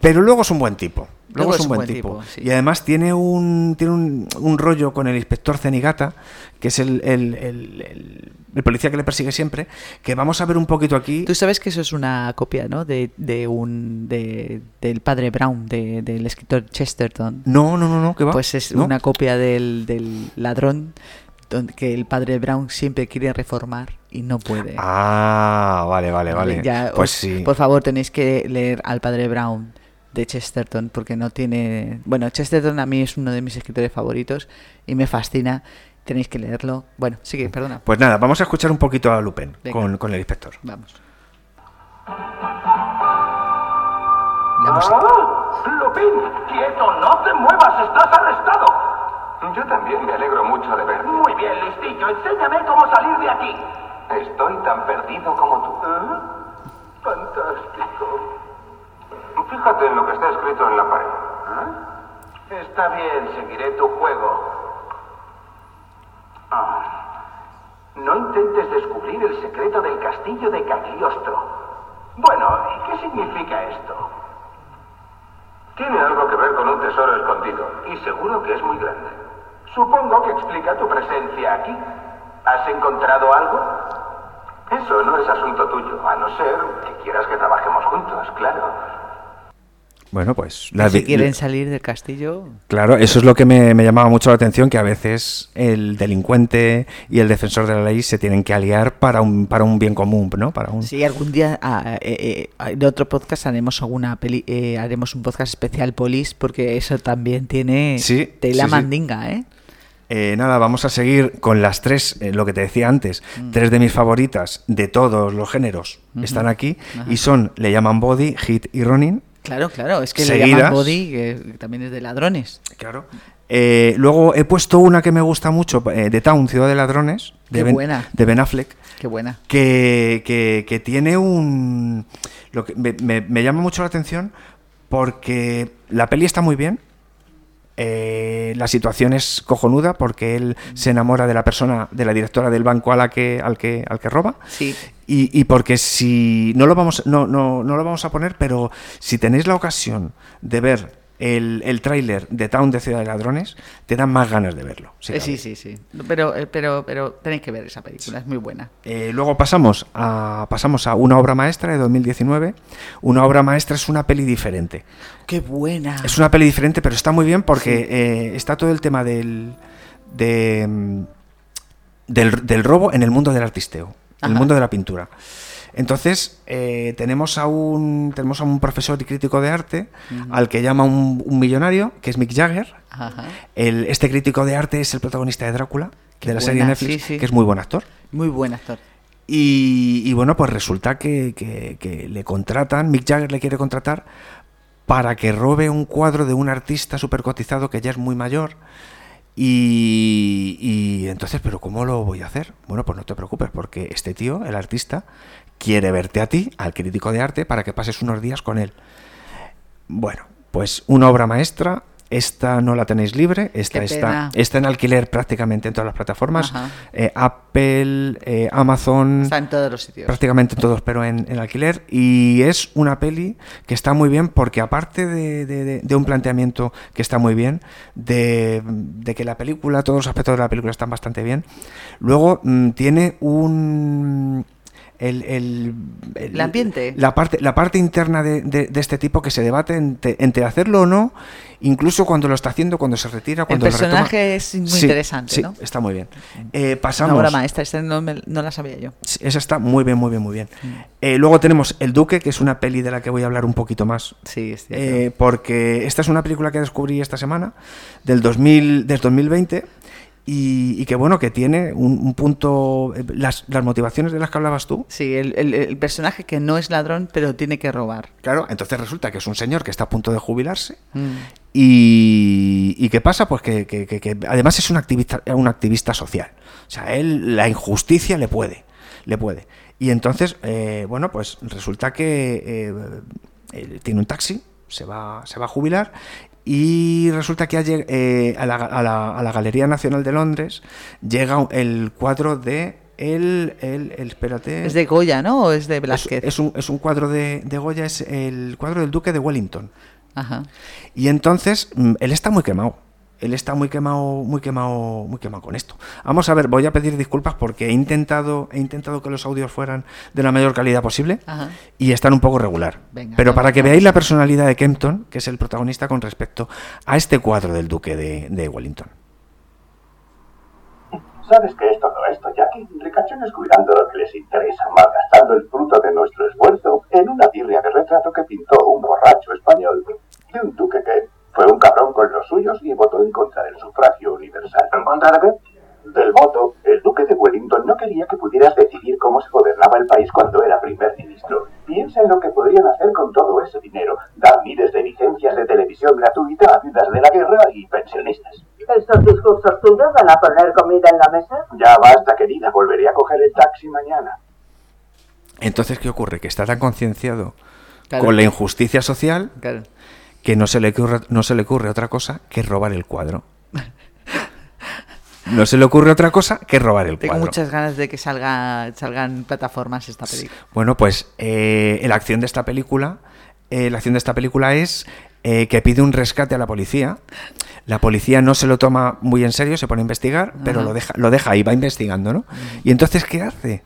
S2: pero luego es un buen tipo. Luego, es un buen, tipo.
S1: sí.
S2: Y además tiene un, tiene un, un rollo con el inspector Cenigata, que es el, el- el- el- el policía que le persigue siempre, que vamos a ver un poquito aquí.
S1: Tú sabes que eso es una copia, ¿no? De, de un de- del padre Brown, de- del escritor Chesterton.
S2: No, no, no, no, que va.
S1: Pues es
S2: ¿No?
S1: una copia del, del ladrón donde, que el padre Brown siempre quiere reformar y no puede.
S2: Ah, vale, vale, vale.
S1: Ya
S2: pues
S1: os-
S2: sí.
S1: Por favor, tenéis que leer al padre Brown de Chesterton porque no tiene... Bueno, Chesterton a mí es uno de mis escritores favoritos y me fascina. Tenéis que leerlo. Bueno, sigue, perdona.
S2: Pues nada, vamos a escuchar un poquito a Lupin
S1: Venga.
S2: con, con el inspector.
S1: Vamos.
S16: ¡Ah! ¡Lupín! ¡Quieto! ¡No te muevas! ¡Estás arrestado! Yo también me alegro mucho de verte. Muy bien, listillo. Enséñame cómo salir de aquí. ¿Ah? Estoy tan perdido como tú. Fantástico. Fíjate en lo que está escrito en la pared. ¿Ah? Está bien, seguiré tu juego. Ah. No intentes descubrir el secreto del castillo de Cagliostro. Bueno, ¿y qué significa esto?
S7: Tiene algo que ver con un tesoro escondido y seguro que es muy grande.
S16: Supongo que explica tu presencia aquí. ¿Has encontrado algo?
S7: Eso no es asunto tuyo, a no ser que quieras que trabajemos juntos, claro.
S2: Bueno, pues
S1: Y si
S2: vi-
S1: quieren salir del castillo,
S2: Claro, eso es lo que me, me llamaba mucho la atención, que a veces el delincuente y el defensor de la ley se tienen que aliar para un, para un bien común, ¿no? Para un...
S1: si algún día ah, eh, eh, en otro podcast haremos alguna peli- eh, haremos un podcast especial polis porque eso también tiene
S2: Sí,
S1: tela
S2: sí, sí.
S1: mandinga, ¿eh?
S2: Eh, nada, vamos a seguir con las tres, eh, lo que te decía antes, tres de mis favoritas de todos los géneros
S1: Mm. Ujú.
S2: están aquí
S1: Ajá.
S2: y son Le llaman Body, Hit y Ronin.
S1: Claro, claro, es que le
S2: Seguidas.
S1: llaman body que también es de ladrones.
S2: Claro. Eh, luego he puesto una que me gusta mucho, eh, The Town, Ciudad de Ladrones, de,
S1: Qué
S2: ben,
S1: buena.
S2: de Ben Affleck.
S1: Qué buena.
S2: que, que- que tiene un... Lo que me, me- me llama mucho la atención porque la peli está muy bien. eh, la situación es cojonuda porque él se enamora de la persona, de la directora del banco a la que, al, que, al que roba.
S1: Sí.
S2: Y, y porque si no lo vamos, no, no, no lo vamos a poner, pero si tenéis la ocasión de ver el, el tráiler de Town de Ciudad de Ladrones, te dan más ganas de verlo. si
S1: Eh, sí, sí, sí. Pero, eh, pero, pero tenéis que ver esa película, es muy buena.
S2: Eh, luego pasamos a, pasamos a una obra maestra de 2019. Una obra maestra es una peli diferente.
S1: Qué buena.
S2: Es una peli diferente, pero está muy bien porque eh, está todo el tema del, de, mm, del, del robo en el mundo del artisteo, en el
S1: Ajá.
S2: mundo de la pintura. Entonces, eh, tenemos, a un, tenemos a un profesor y crítico de arte
S1: Ujú.
S2: al que llama un, un millonario, que es Mick Jagger.
S1: Ajá.
S2: El- este crítico de arte es el protagonista de Drácula,
S1: Qué
S2: de la serie
S1: buena,
S2: Netflix,
S1: sí, sí.
S2: que es muy buen actor.
S1: [laughs] Muy buen actor.
S2: Y, y bueno, pues resulta que, que- que le contratan, Mick Jagger le quiere contratar para que robe un cuadro de un artista súper cotizado que ya es muy mayor. Y, y entonces, ¿pero cómo lo voy a hacer? Bueno, pues no te preocupes, porque este tío, el artista, quiere verte a ti, al crítico de arte, para que pases unos días con él. Bueno, pues una obra maestra. Esta no la tenéis libre, esta
S1: Qué
S2: está,
S1: pena.
S2: está en alquiler prácticamente en todas las plataformas.
S1: Ajá.
S2: Eh, Apple, eh, Amazon,
S1: Está en todos los sitios.
S2: prácticamente en todos, pero en, en alquiler. Y es una peli que está muy bien porque aparte de, de- de- de un planteamiento que está muy bien, de, de que la película, todos los aspectos de la película están bastante bien, luego mm, tiene un... el, el- el-
S1: El ambiente.
S2: La parte, la parte interna de, de- de este tipo que se debate entre, entre hacerlo o no, incluso cuando lo está haciendo, cuando se retira,
S1: El
S2: cuando lo retoma.
S1: personaje es muy
S2: Sí,
S1: interesante,
S2: sí,
S1: ¿no?
S2: está muy bien. Eh,
S1: Una
S2: pasamos.
S1: obra maestra, esta no, me- no la sabía yo.
S2: Sí, Esa está muy bien, muy bien, muy bien. Eh, luego tenemos El Duque, que es una peli de la que voy a hablar un poquito más.
S1: Sí, es
S2: cierto. porque esta es una película que descubrí esta semana, del, 2000, del 2020, y, y que bueno, que tiene un, un punto. eh, Las, las motivaciones de las que hablabas tú.
S1: Sí, el, el- el personaje que no es ladrón, pero tiene que robar.
S2: Claro, entonces resulta que es un señor que está a punto de jubilarse.
S1: Mm.
S2: ¿Y, y qué pasa? Pues que, que- que- que además es un activista, un activista social. O sea, él la injusticia le puede. Le puede. Y entonces, eh, bueno, pues resulta que eh, él tiene un taxi, se va, se va a jubilar. Y resulta que ha lleg- eh, a, la, a la- a la Galería Nacional de Londres llega el cuadro de el, el, el- espérate.
S1: Es de Goya, ¿no? ¿O es de Velázquez?
S2: Es, es un, es un cuadro de, de Goya, es el cuadro del Duque de Wellington.
S1: Ajá.
S2: Y entonces, mm, él está muy quemado. Él está muy quemado, muy quemado, muy quemado con esto. Vamos a ver, voy a pedir disculpas porque he intentado, he intentado que los audios fueran de la mayor calidad posible
S1: Ajá.
S2: y están un poco regular.
S1: Venga,
S2: Pero
S1: no,
S2: para que
S1: no.
S2: veáis la personalidad de Kempton, que es el protagonista con respecto a este cuadro del Duque de, de Wellington.
S16: Sabes que es todo esto, Jackie. Ricachones cuidando lo que les interesa, malgastando el fruto de nuestro esfuerzo en una birria de retrato que pintó un borracho español de un duque que fue un cabrón con los suyos y votó en contra del sufragio universal. ¿En contra de qué? Del voto. El duque de Wellington no quería que pudieras decidir cómo se gobernaba el país cuando era primer ministro. Piensa en lo que podrían hacer con todo ese dinero. Dar miles de licencias de televisión gratuita a viudas de la guerra y pensionistas.
S17: ¿Esos discursos tuyos van a poner comida en la mesa?
S16: Ya basta, querida. Volveré a coger el taxi mañana.
S2: Entonces, ¿qué ocurre? Que está tan concienciado
S1: Claro.
S2: con la injusticia social
S1: Claro.
S2: que no se, le ocurre, no se le ocurre otra cosa que robar el cuadro. No se le ocurre otra cosa que robar el
S1: Tengo
S2: cuadro.
S1: muchas ganas de que salga, salgan plataformas esta película.
S2: Bueno, pues eh, la acción de esta película, eh, la acción de esta película es eh, que pide un rescate a la policía. La policía no se lo toma muy en serio, se pone a investigar, pero
S1: Ajá. Mm.
S2: lo deja, lo deja ahí, va investigando, ¿no? Y entonces, ¿qué hace?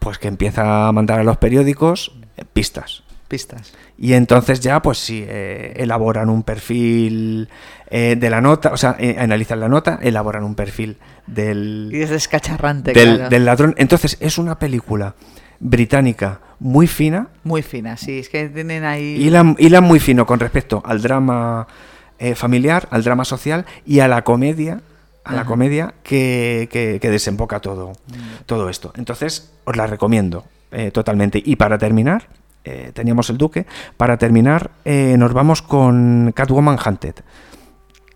S2: Pues que empieza a mandar a los periódicos eh, pistas.
S1: Pistas.
S2: Y entonces ya, pues sí, eh, elaboran un perfil eh, de la nota, o sea, eh, analizan la nota, elaboran un perfil del,
S1: Y es descacharrante,
S2: del,
S1: claro.
S2: del ladrón. Entonces, es una película británica muy fina,
S1: Muy fina, sí, es que tienen ahí...
S2: hilan, hilan muy fino con respecto al drama eh, familiar, al drama social y a la comedia, a la
S1: Ajá.
S2: comedia que, que- que desemboca todo, todo esto. Entonces, os la recomiendo eh, totalmente. Y para terminar, eh, teníamos el Duque, para terminar, eh, nos vamos con Catwoman Hunted.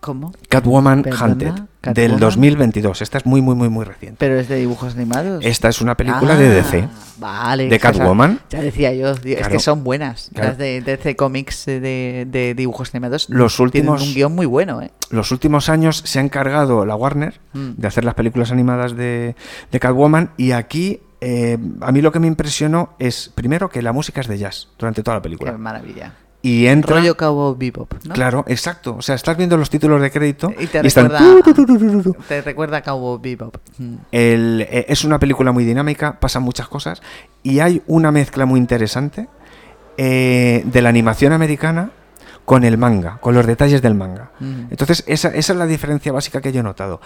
S1: ¿Cómo?
S2: Catwoman
S1: Perdona,
S2: Hunted, del
S1: Catwoman.
S2: 2022. Esta es muy, muy, muy, muy reciente.
S1: Pero es de dibujos animados.
S2: Esta es una película de
S1: Ah,
S2: DC.
S1: Vale.
S2: De
S1: o sea,
S2: Catwoman.
S1: Ya decía yo, digo, es
S2: Claro.
S1: que son buenas.
S2: Claro.
S1: Las de DC Comics eh, de, de dibujos animados.
S2: Los
S1: tienen
S2: últimos-
S1: un guión muy bueno, ¿eh?
S2: los últimos años se ha encargado la Warner
S1: Mm.
S2: de hacer las películas animadas de, de Catwoman y aquí eh, a mí lo que me impresionó es primero que la música es de jazz durante toda la película.
S1: Qué maravilla.
S2: Y entra...
S1: Rollo Cowboy Bebop, ¿no?
S2: Claro, exacto. O sea, estás viendo los títulos de crédito
S1: Y te
S2: están-
S1: recuerda... Te recuerda a Cowboy Bebop. Mm.
S2: El- eh, es una película muy dinámica, pasan muchas cosas y hay una mezcla muy interesante eh, de la animación americana con el manga, con los detalles del manga.
S1: Mm.
S2: Entonces, esa, esa es la diferencia básica que yo he notado.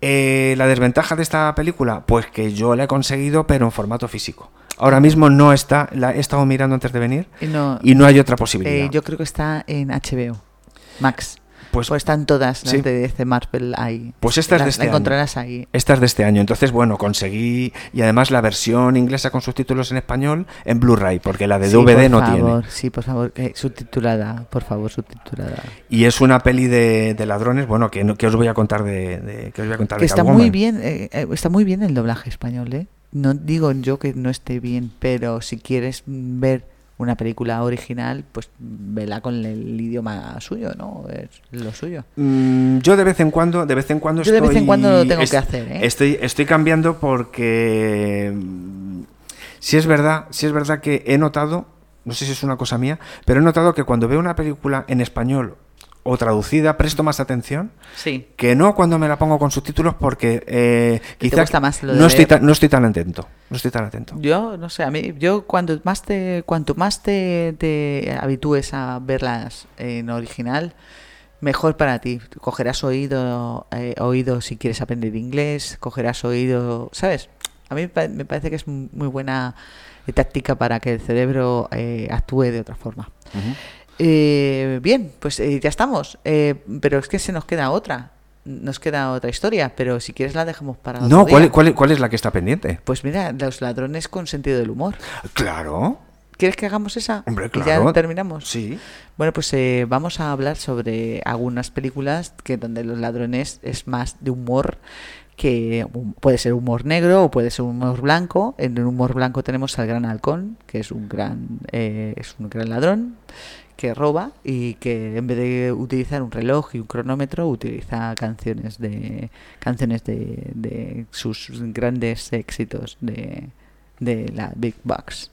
S2: Eh, la desventaja de esta película, pues que yo la he conseguido, pero en formato físico. Ahora mismo no está, la he estado mirando antes de venir
S1: Y no,
S2: y no hay otra
S1: eh,
S2: posibilidad.
S1: yo creo que está en HBO Max.
S2: Pues-
S1: Pues, están todas las
S2: sí.
S1: de DC Marvel ahí.
S2: Pues esta es
S1: La-
S2: de este
S1: La
S2: año.
S1: encontrarás ahí.
S2: Esta es de este año, entonces bueno, conseguí y además la versión inglesa con subtítulos en español en Blu-ray, porque la de
S1: Sí,
S2: DVD
S1: por
S2: no tiene.
S1: favor, Sí, por favor, eh, subtitulada, por favor, subtitulada.
S2: Y es una peli de, de ladrones, bueno, que, no- que os voy a contar de, de- que os voy a contar
S1: Que
S2: de
S1: está
S2: Catwoman.
S1: muy bien, eh, eh, está muy bien el doblaje español, ¿eh? No digo yo que no esté bien, pero si quieres mm, ver una película original, pues vela con el idioma suyo, ¿no? Es lo suyo.
S2: Mm, yo de vez en cuando, de vez en cuando
S1: Yo de
S2: estoy,
S1: vez en cuando lo tengo
S2: es-
S1: que hacer, ¿eh?
S2: Estoy, estoy cambiando porque mm, si es verdad, si es verdad que he notado, no sé si es una cosa mía, pero he notado que cuando veo una película en español o traducida presto más atención
S1: Sí.
S2: que no cuando me la pongo con subtítulos porque eh,
S1: te
S2: quizás
S1: gusta más lo de
S2: no, estoy
S1: leer.
S2: tan, no estoy tan atento. No estoy tan atento.
S1: Yo, no sé, a mí, yo cuando más te, cuanto más te, te habitúes a verlas en original, mejor para ti. Cogerás oído, eh, oído si quieres aprender inglés, cogerás oído, ¿sabes? A mí me pa- me parece que es m- muy buena eh, táctica para que el cerebro eh, actúe de otra forma. Eh, bien, pues eh, ya estamos. Eh, pero es que se nos queda otra. Nos queda otra historia, pero si quieres la dejamos para Ah, otro
S2: No, ¿cuál,
S1: día.
S2: es- cuál, es- cuál es la que está pendiente?
S1: Pues mira, los ladrones con sentido del humor.
S2: Claro.
S1: ¿Quieres que hagamos esa?
S2: Hombre,
S1: ¿Y
S2: claro.
S1: ya terminamos?
S2: Sí.
S1: Bueno, pues eh, vamos a hablar sobre algunas películas que donde los ladrones es más de humor que hum- puede ser humor negro o puede ser humor blanco. En el humor blanco tenemos al gran halcón, que es un gran eh, es un gran ladrón que roba y que en vez de utilizar un reloj y un cronómetro utiliza canciones de canciones de, de sus grandes éxitos de, de la Big Bucks.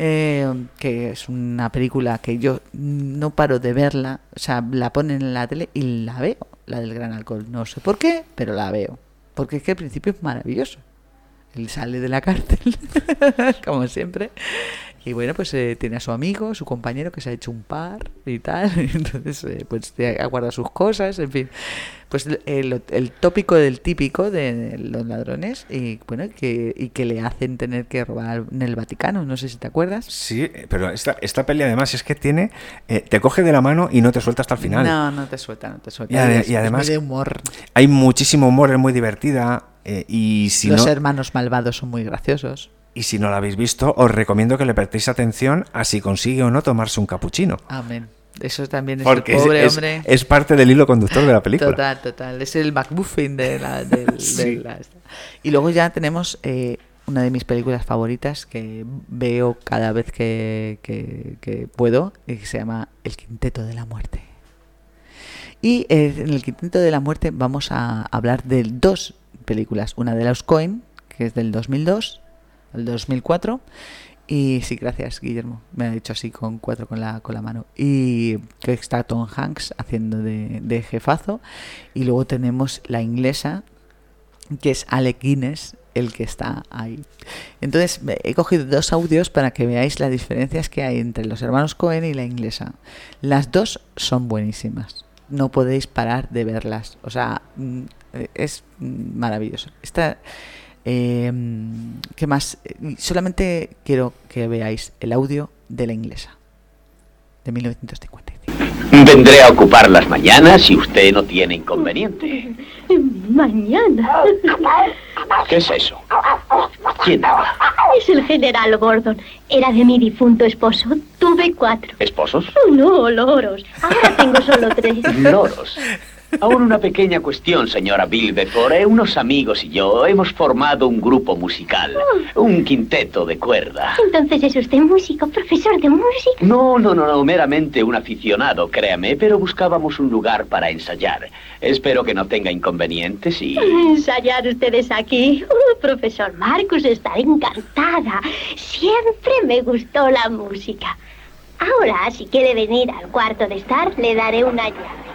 S1: Eh, que es una película que yo no paro de verla, o sea, la ponen en la tele y la veo, la del gran alcohol. No sé por qué, pero la veo. Porque es que al principio es maravilloso. Él sale de la cárcel, [laughs] como siempre. Y bueno, pues eh, tiene a su amigo, su compañero que se ha hecho un par y tal. [laughs] Entonces, eh, pues te aguarda sus cosas, en fin. Pues el, el tópico del típico de los ladrones y bueno, que, y que le hacen tener que robar en el Vaticano. No sé si te acuerdas.
S2: Sí, eh, pero esta, esta peli además es que tiene. eh, te coge de la mano y no te suelta hasta el final.
S1: No, no te suelta, no te suelta.
S2: Y,
S1: Es-
S2: ade-
S1: es
S2: y
S1: muy
S2: además.
S1: de humor.
S2: Hay muchísimo humor, es muy divertida. eh, y si
S1: los
S2: no,
S1: hermanos malvados son muy graciosos.
S2: Y si no la habéis visto, os recomiendo que le prestéis atención a si consigue o no tomarse un capuchino.
S1: Amén. Eso también Ah, es
S2: Porque
S1: el
S2: es-
S1: pobre
S2: es,
S1: hombre.
S2: es parte del hilo conductor de la película.
S1: Total, total. Es el McBuffin de la.
S2: [laughs]
S1: del- de la- Y luego ya tenemos eh, una de mis películas favoritas que veo cada vez que, que- que puedo y que se llama El Quinteto de la Muerte. Y eh, en El Quinteto de la Muerte vamos a hablar de dos películas. Una de los Cohen, que es del 2002 al 2004. Y sí, gracias, Guillermo. Me ha dicho así con cuatro con la, con la mano. Y que está Tom Hanks haciendo de, de jefazo. Y luego tenemos la inglesa, que es Alec Guinness, el que está ahí. Entonces, me- he cogido dos audios para que veáis las diferencias que hay entre los hermanos Cohen y la inglesa. Las dos son buenísimas. No podéis parar de verlas. O sea, mm, eh, es mm, maravilloso. Esta, eh, mm, ¿Qué más? Eh, Solamente quiero que veáis el audio de la inglesa, de 1950.
S18: Vendré a ocupar las mañanas si usted no tiene inconveniente.
S14: Mañana.
S18: ¿Qué es eso? ¿Quién habla?
S14: Es el general Gordon. Era de mi difunto esposo. Tuve cuatro.
S18: ¿Esposos?
S14: No, loros. Ahora tengo solo tres.
S18: Loros. Aún una pequeña cuestión, señora Bilbefore. Unos amigos y yo hemos formado un grupo musical,
S14: Oh.
S18: un quinteto de cuerda.
S14: Entonces es usted músico, profesor de música.
S18: No, no, no, no, meramente un aficionado, créame, pero buscábamos un lugar para ensayar. Espero que no tenga inconvenientes y...
S14: [laughs] Ensayar ustedes aquí. Uh, profesor Marcus, estaré encantada. Siempre me gustó la música. Ahora, si quiere venir al cuarto de estar, le daré una llave.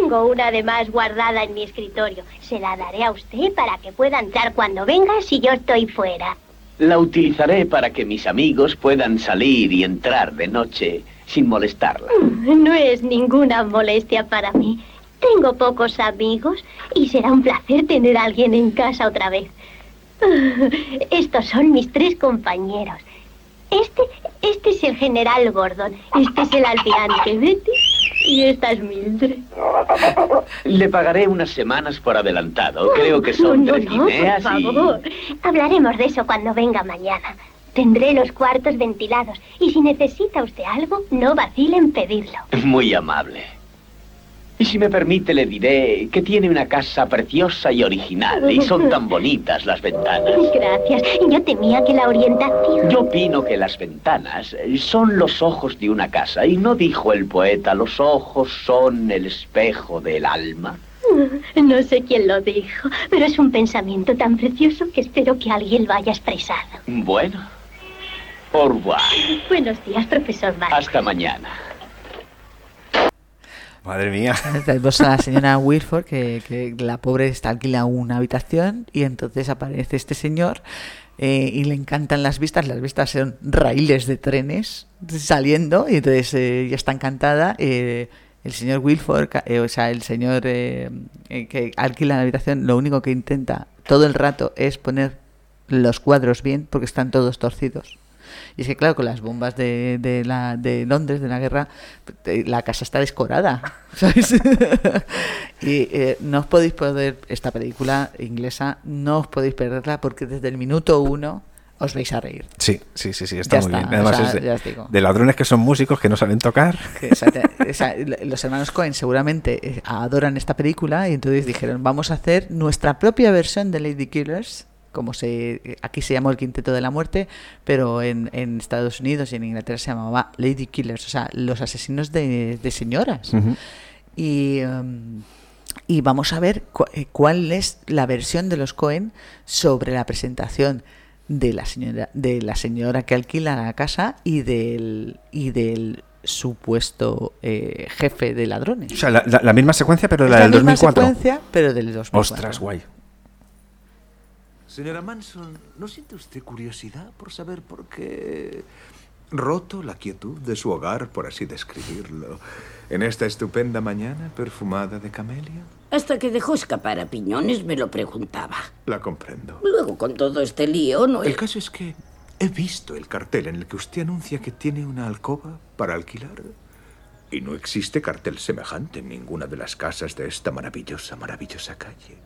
S14: Tengo una además guardada en mi escritorio. Se la daré a usted para que pueda entrar cuando venga si yo estoy fuera.
S18: La utilizaré para que mis amigos puedan salir y entrar de noche sin molestarla.
S14: No es ninguna molestia para mí. Tengo pocos amigos y será un placer tener a alguien en casa otra vez. [laughs] Estos son mis tres compañeros. Este, este es el general Gordon, este es el almirante Betty y esta es Mildred.
S18: Le pagaré unas semanas por adelantado. Creo que son
S14: No,
S18: tres
S14: no,
S18: guineas
S14: por
S18: y...
S14: favor. Hablaremos de eso cuando venga mañana. Tendré los cuartos ventilados y si necesita usted algo, no vacile en pedirlo.
S18: Muy amable. Y si me permite, le diré que tiene una casa preciosa y original, y son tan bonitas las ventanas.
S14: Gracias. Yo temía que la orientación.
S18: Yo opino que las ventanas eh, son los ojos de una casa, y no dijo el poeta, los ojos son el espejo del alma.
S14: [laughs] No sé quién lo dijo, pero es un pensamiento tan precioso que espero que alguien lo haya expresado.
S18: Bueno, au revoir.
S14: Buenos días, profesor Marx.
S18: Hasta mañana.
S2: Madre
S1: [laughs]
S2: mía.
S1: Tenemos a la señora Wilford, que, que la pobre está alquila una habitación y entonces aparece este señor eh, y le encantan las vistas. Las vistas son raíles de trenes saliendo y entonces eh, ella está encantada. eh, el señor Wilford, ca- eh, o sea, el señor eh, eh, que alquila la habitación, lo único que intenta todo el rato es poner los cuadros bien porque están todos torcidos. Y es que, claro, con las bombas de, de la, de Londres, de la guerra, eh, la casa está descorada. [laughs] ¿sabes? y eh, no os podéis perder esta película inglesa, no os podéis perderla porque desde el minuto uno os vais a reír.
S2: Sí, sí, sí, sí, está
S1: Ya
S2: muy
S1: está,
S2: bien. Además,
S1: o sea,
S2: es de,
S1: ya os digo.
S2: de ladrones que son músicos que no saben tocar.
S1: Que, o sea, te- o sea, lo- los hermanos Cohen seguramente eh, adoran esta película y entonces dijeron, vamos a hacer nuestra propia versión de Lady Killers, como se eh, aquí se llamó el Quinteto de la Muerte, pero en, en Estados Unidos y en Inglaterra se llamaba Lady Killers, o sea, los asesinos de, de señoras.
S2: Ujú.
S1: Y... em, y vamos a ver cu- eh, cuál es la versión de los Cohen sobre la presentación de la señora de la señora que alquila la casa y del y del supuesto eh, jefe de ladrones.
S2: O sea, la, la- la misma secuencia, pero
S1: Es
S2: la
S1: la
S2: del
S1: misma
S2: 2004.
S1: secuencia, pero del 2004.
S2: Ostras, guay.
S19: Señora Manson, ¿no siente usted curiosidad por saber por qué roto la quietud de su hogar, por así describirlo, en esta estupenda mañana perfumada de camelia?
S20: Hasta que dejó escapar a Piñones me lo preguntaba.
S19: La comprendo.
S20: Luego con todo este lío no...
S19: El caso es que he visto el cartel en el que usted anuncia que tiene una alcoba para alquilar. Y no existe cartel semejante en ninguna de las casas de esta maravillosa, maravillosa calle.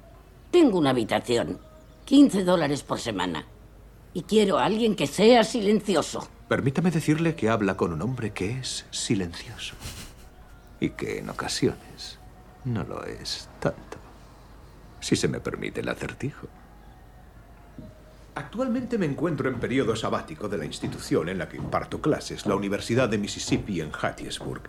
S20: Tengo una habitación, 15 dólares por semana. Y quiero a alguien que sea silencioso.
S19: Permítame decirle que habla con un hombre que es silencioso. Y que en ocasiones no lo es tanto. Si se me permite el acertijo. Actualmente me encuentro en periodo sabático de la institución en la que imparto clases, la Universidad de Mississippi en Hattiesburg.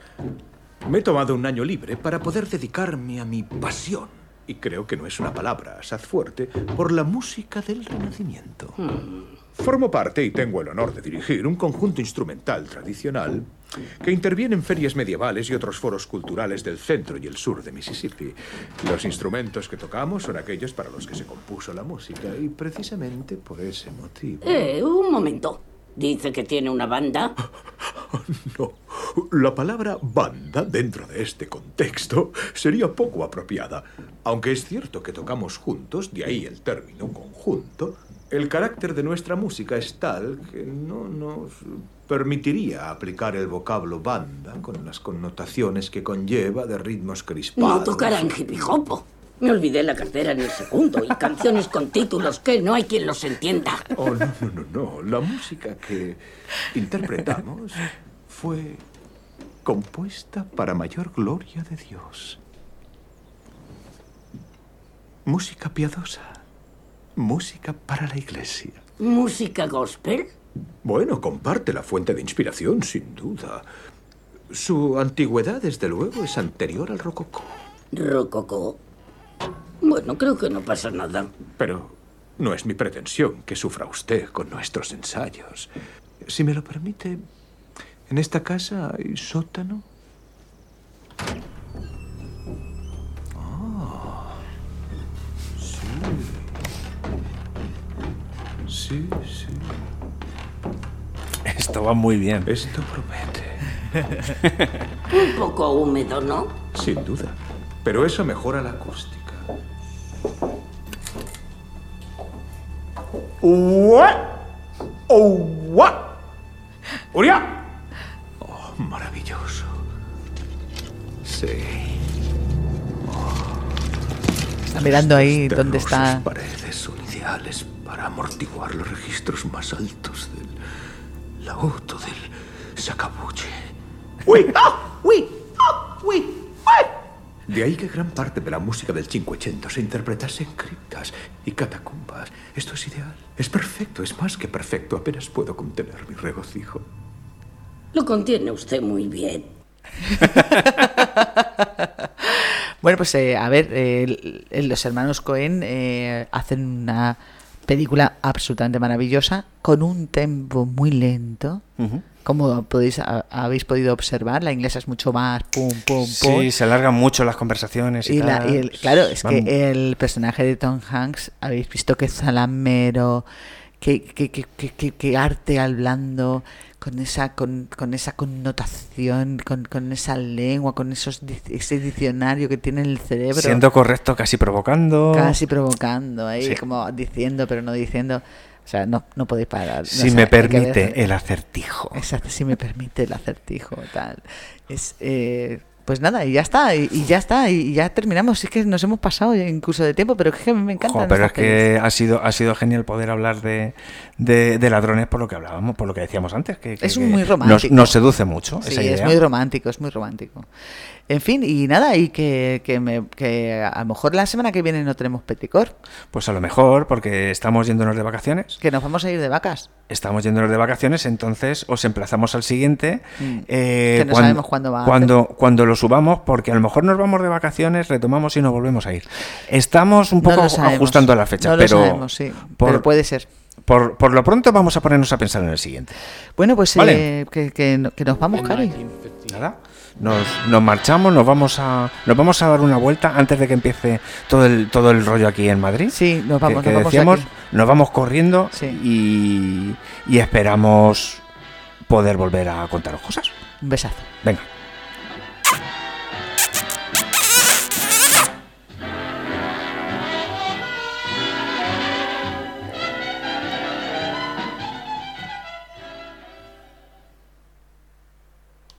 S19: Me he tomado un año libre para poder dedicarme a mi pasión, y creo que no es una palabra asaz fuerte, por la música del Renacimiento. Formo parte y tengo el honor de dirigir un conjunto instrumental tradicional que interviene en ferias medievales y otros foros culturales del centro y el sur de Mississippi. Los instrumentos que tocamos son aquellos para los que se compuso la música y precisamente por ese motivo.
S20: Eh, un momento. Dice que tiene una banda.
S19: La palabra banda dentro de este contexto sería poco apropiada, aunque es cierto que tocamos juntos, de ahí el término conjunto. El carácter de nuestra música es tal que no nos permitiría aplicar el vocablo banda con las connotaciones que conlleva de ritmos crispados.
S20: No tocarán hippie hopo. Me olvidé la cartera en el segundo y canciones con títulos que no hay quien los entienda.
S19: Oh, no, no, no, no. La música que interpretamos fue compuesta para mayor gloria de Dios. Música piadosa. Música para la iglesia.
S20: ¿Música gospel?
S19: Bueno, comparte la fuente de inspiración, sin duda. Su antigüedad, desde luego, es anterior al rococó.
S20: ¿Rococó? Bueno, creo que no pasa nada.
S19: Pero no es mi pretensión que sufra usted con nuestros ensayos. Si me lo permite, en esta casa hay sótano. Ah, sí. Sí, sí.
S2: Esto va muy bien.
S19: Esto promete.
S20: Un poco húmedo, ¿no?
S19: Sin duda. Pero eso mejora la acústica.
S2: ¡What! ¡Oh, what!
S19: ¡Uria! Oh, maravilloso. Sí.
S1: Está mirando ahí dónde está.
S19: Las paredes son ideales para amortiguar los registros más altos del lauto del sacabuche. [laughs] ¡Uy! ¡Ah! ¡Uy! ¡Ah! ¡Uy! ¡Uy! De ahí que gran parte de la música del 580 se interpretase en criptas y catacumbas. Esto es ideal. Es perfecto, es más que perfecto. Apenas puedo contener mi regocijo.
S20: Lo contiene usted muy bien.
S1: [laughs] Bueno, pues eh, a ver, eh, el- el- los hermanos Cohen eh, hacen una película absolutamente maravillosa con un tempo muy lento.
S2: Ujú.
S1: Como podéis, a- habéis podido observar, la inglesa es mucho más pum, pum, pum.
S2: Sí, se alargan mucho las conversaciones y,
S1: Y la-
S2: tal.
S1: y el- claro, es
S2: Van-
S1: que eh, el personaje de Tom Hanks, habéis visto que zalamero, que, que, que- que- que- que arte al blando, con esa, con, con esa connotación, con, con esa lengua, con esos, dic- ese diccionario que tiene en el cerebro.
S2: siendo correcto, casi provocando.
S1: Casi provocando, ahí
S2: Sí.
S1: como diciendo pero no diciendo. O sea, no, no podéis parar.
S2: Si
S1: O sea,
S2: me
S1: hay que ver-
S2: permite el acertijo.
S1: Exacto, si me permite el acertijo, tal. Es, eh, pues nada, y ya está, y, y ya está, y ya terminamos. Es que nos hemos pasado ya incluso de tiempo, pero es que me encanta.
S2: Jo, pero es que ha sido, ha sido genial poder hablar de, de- de ladrones por lo que hablábamos, por lo que decíamos antes. Que, que-
S1: Es
S2: que
S1: muy
S2: nos-
S1: romántico.
S2: Nos, seduce mucho
S1: Sí,
S2: esa
S1: es
S2: idea.
S1: muy romántico, es muy romántico. En fin, y nada, y que, que, me- que a lo mejor la semana que viene no tenemos peticor,
S2: Pues a lo mejor, porque estamos yéndonos de vacaciones.
S1: que nos vamos a ir de vacas.
S2: Estamos yéndonos de vacaciones, entonces os emplazamos al siguiente. eh,
S1: Mm, Que no
S2: cuan-
S1: sabemos cuándo va a
S2: Cuando, cuando lo subamos, porque a lo mejor nos vamos de vacaciones, retomamos y nos volvemos a ir. Estamos un
S1: No
S2: poco
S1: lo sabemos.
S2: ajustando la fecha,
S1: No lo
S2: pero,
S1: sabemos, sí, pero puede ser.
S2: Por, por lo pronto vamos a ponernos a pensar en el siguiente.
S1: Bueno, pues
S2: Vale.
S1: eh, que, que no- que nos vamos, Cari.
S2: Nada. Nos, nos marchamos, nos vamos a nos vamos a dar una vuelta antes de que empiece todo el todo el rollo aquí en Madrid.
S1: Sí, nos vamos,
S2: que,
S1: nos vamos de
S2: decíamos,
S1: aquí.
S2: nos vamos corriendo y, y esperamos poder volver a contaros cosas.
S1: Un besazo.
S2: Venga,